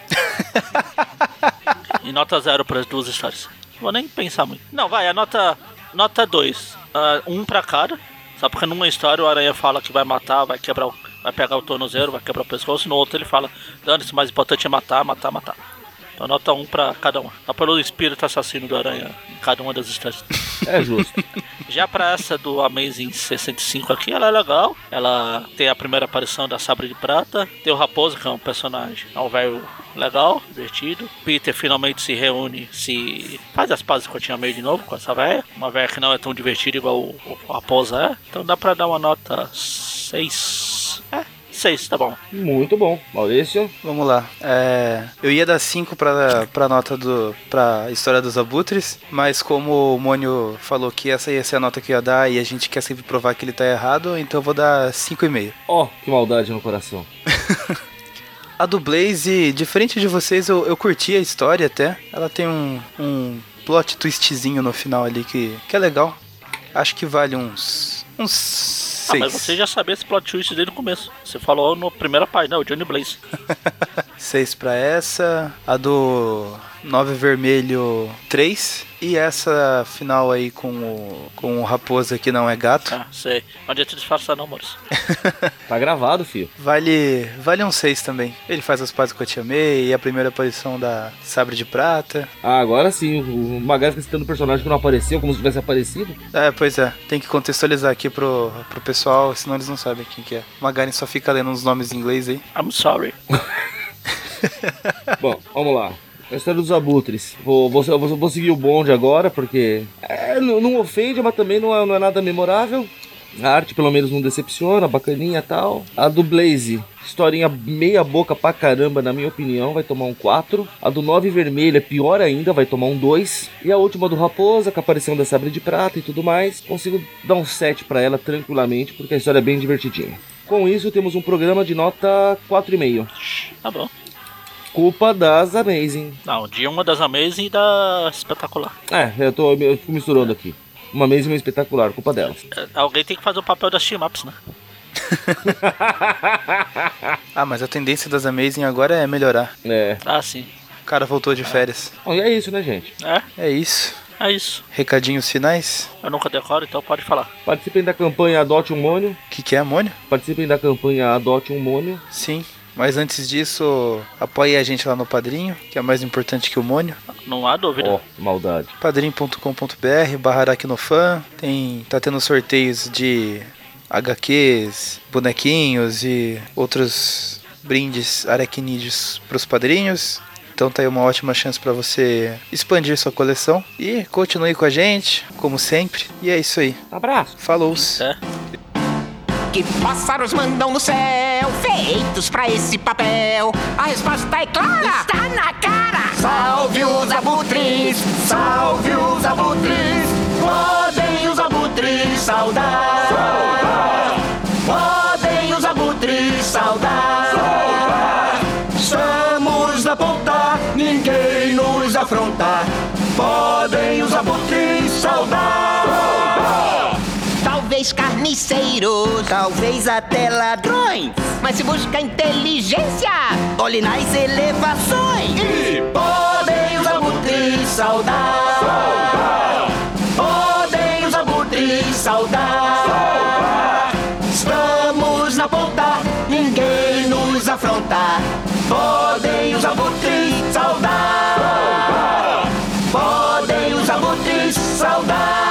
B: e nota zero para as duas histórias. Vou nem pensar muito. Não, vai, a nota, nota 2. Ah, um pra cada. Só porque numa história o Aranha fala que vai matar, vai quebrar, o- vai pegar o tornozelo, vai quebrar o pescoço, no outro ele fala, dane-se, o mais importante é matar, matar, matar. Então nota um pra cada um. Só pelo espírito assassino do Aranha em cada uma das histórias.
D: É justo.
B: Já pra essa do Amazing 65 aqui, ela é legal. Ela tem a primeira aparição da Sabre de Prata. Tem o Raposo, que é um personagem, é um velho legal, divertido. Peter finalmente se reúne, se faz as pazes com a Tia May de novo, com essa velha. Uma velha que não é tão divertida igual o, o, o Raposo é. Então dá pra dar uma nota 6. É, 6, tá bom.
D: Muito bom. Maurício,
C: Vamos lá. É, eu ia dar 5 pra, pra nota do. pra história dos abutres, mas como o Mônio falou que essa ia ser a nota que eu ia dar e a gente quer sempre provar que ele tá errado, então eu vou dar 5,5.
D: ó, que maldade no coração.
C: A do Blaze, diferente de vocês, eu, eu curti a história até. Ela tem um, um plot twistzinho no final ali que, que é legal. Acho que vale uns. uns
B: Ah, mas
C: 6.
B: você já sabia esse plot twist desde o começo. Você falou na primeira página, né, o Johnny Blaze.
C: 6 pra essa, a do 9 vermelho 3 e essa final aí com o, com o raposa que não é gato.
B: Ah, sei. Não adianta disfarçar não, Maurício.
D: Tá gravado, filho.
C: Vale, vale um 6 também. Ele faz as pazes com a Tia May e a primeira aparição da Sabre de Prata.
D: Ah, agora sim, o o Magari fica citando um personagem que não apareceu, como se tivesse aparecido.
C: É, pois é, tem que contextualizar aqui pro, pro pessoal, senão eles não sabem quem que é. Magaren só fica lendo uns nomes em inglês aí.
B: I'm sorry.
D: Bom, vamos lá. A história dos abutres. Vou, vou, vou- vou seguir o bonde agora, porque é, não, não ofende, mas também não é, não é nada memorável. A arte pelo menos não decepciona, bacaninha e tal. A do Blaze, historinha meia boca pra caramba, na minha opinião, vai tomar um 4. A do 9 vermelha, pior ainda, vai tomar um 2. E a última do Raposa, com a aparição da Sabre de Prata e tudo mais, consigo dar um 7 pra ela tranquilamente, porque a história é bem divertidinha. Com isso, temos um programa de nota 4,5.
B: Tá bom.
D: Culpa das Amazing.
B: Não, de uma das Amazing e da Espetacular.
D: É, eu, tô, eu fico misturando aqui. Uma mesa e uma espetacular, culpa delas.
B: É, Alguém tem que fazer o papel das team-ups, né?
C: Ah, mas a tendência das Amazing agora é melhorar.
D: É.
B: Ah, sim.
C: O cara voltou de férias.
D: Bom, e é isso, né, gente?
B: É,
C: É isso.
B: é isso.
C: Recadinhos finais.
B: Eu nunca decoro, então pode falar.
D: Participem da campanha Adote um Mônio.
C: O que, que é, Mônio?
D: Participem da campanha Adote um Mônio.
C: Sim. Mas antes disso, apoie a gente lá no Padrinho, que é mais importante que o Mônio.
B: Não há dúvida.
D: Ó, que maldade.
C: padrim.com.br barra aracnofan tem tá tendo sorteios de HQs, bonequinhos e outros brindes aracnídeos para os padrinhos. Então tá aí uma ótima chance para você expandir sua coleção e continue com a gente, como sempre. E é isso aí.
D: Abraço!
C: Falou!
B: É.
A: Que pássaros mandam no céu, feitos pra esse papel. A resposta é clara, está na cara. Salve os abutres, salve os abutres. Podem os abutres saudar. Podem os abutres saudar. Estamos na ponta, ninguém nos afronta. Podem os abutres saudar. Talvez carniceiros,
E: Talvez até ladrões,
A: mas se busca inteligência.
E: olhe nas elevações.
A: E podem os abutres saudar. Podem os abutres saudar. Estamos na ponta, ninguém nos afronta. Podem os abutres saudar. Podem os abutres saudar.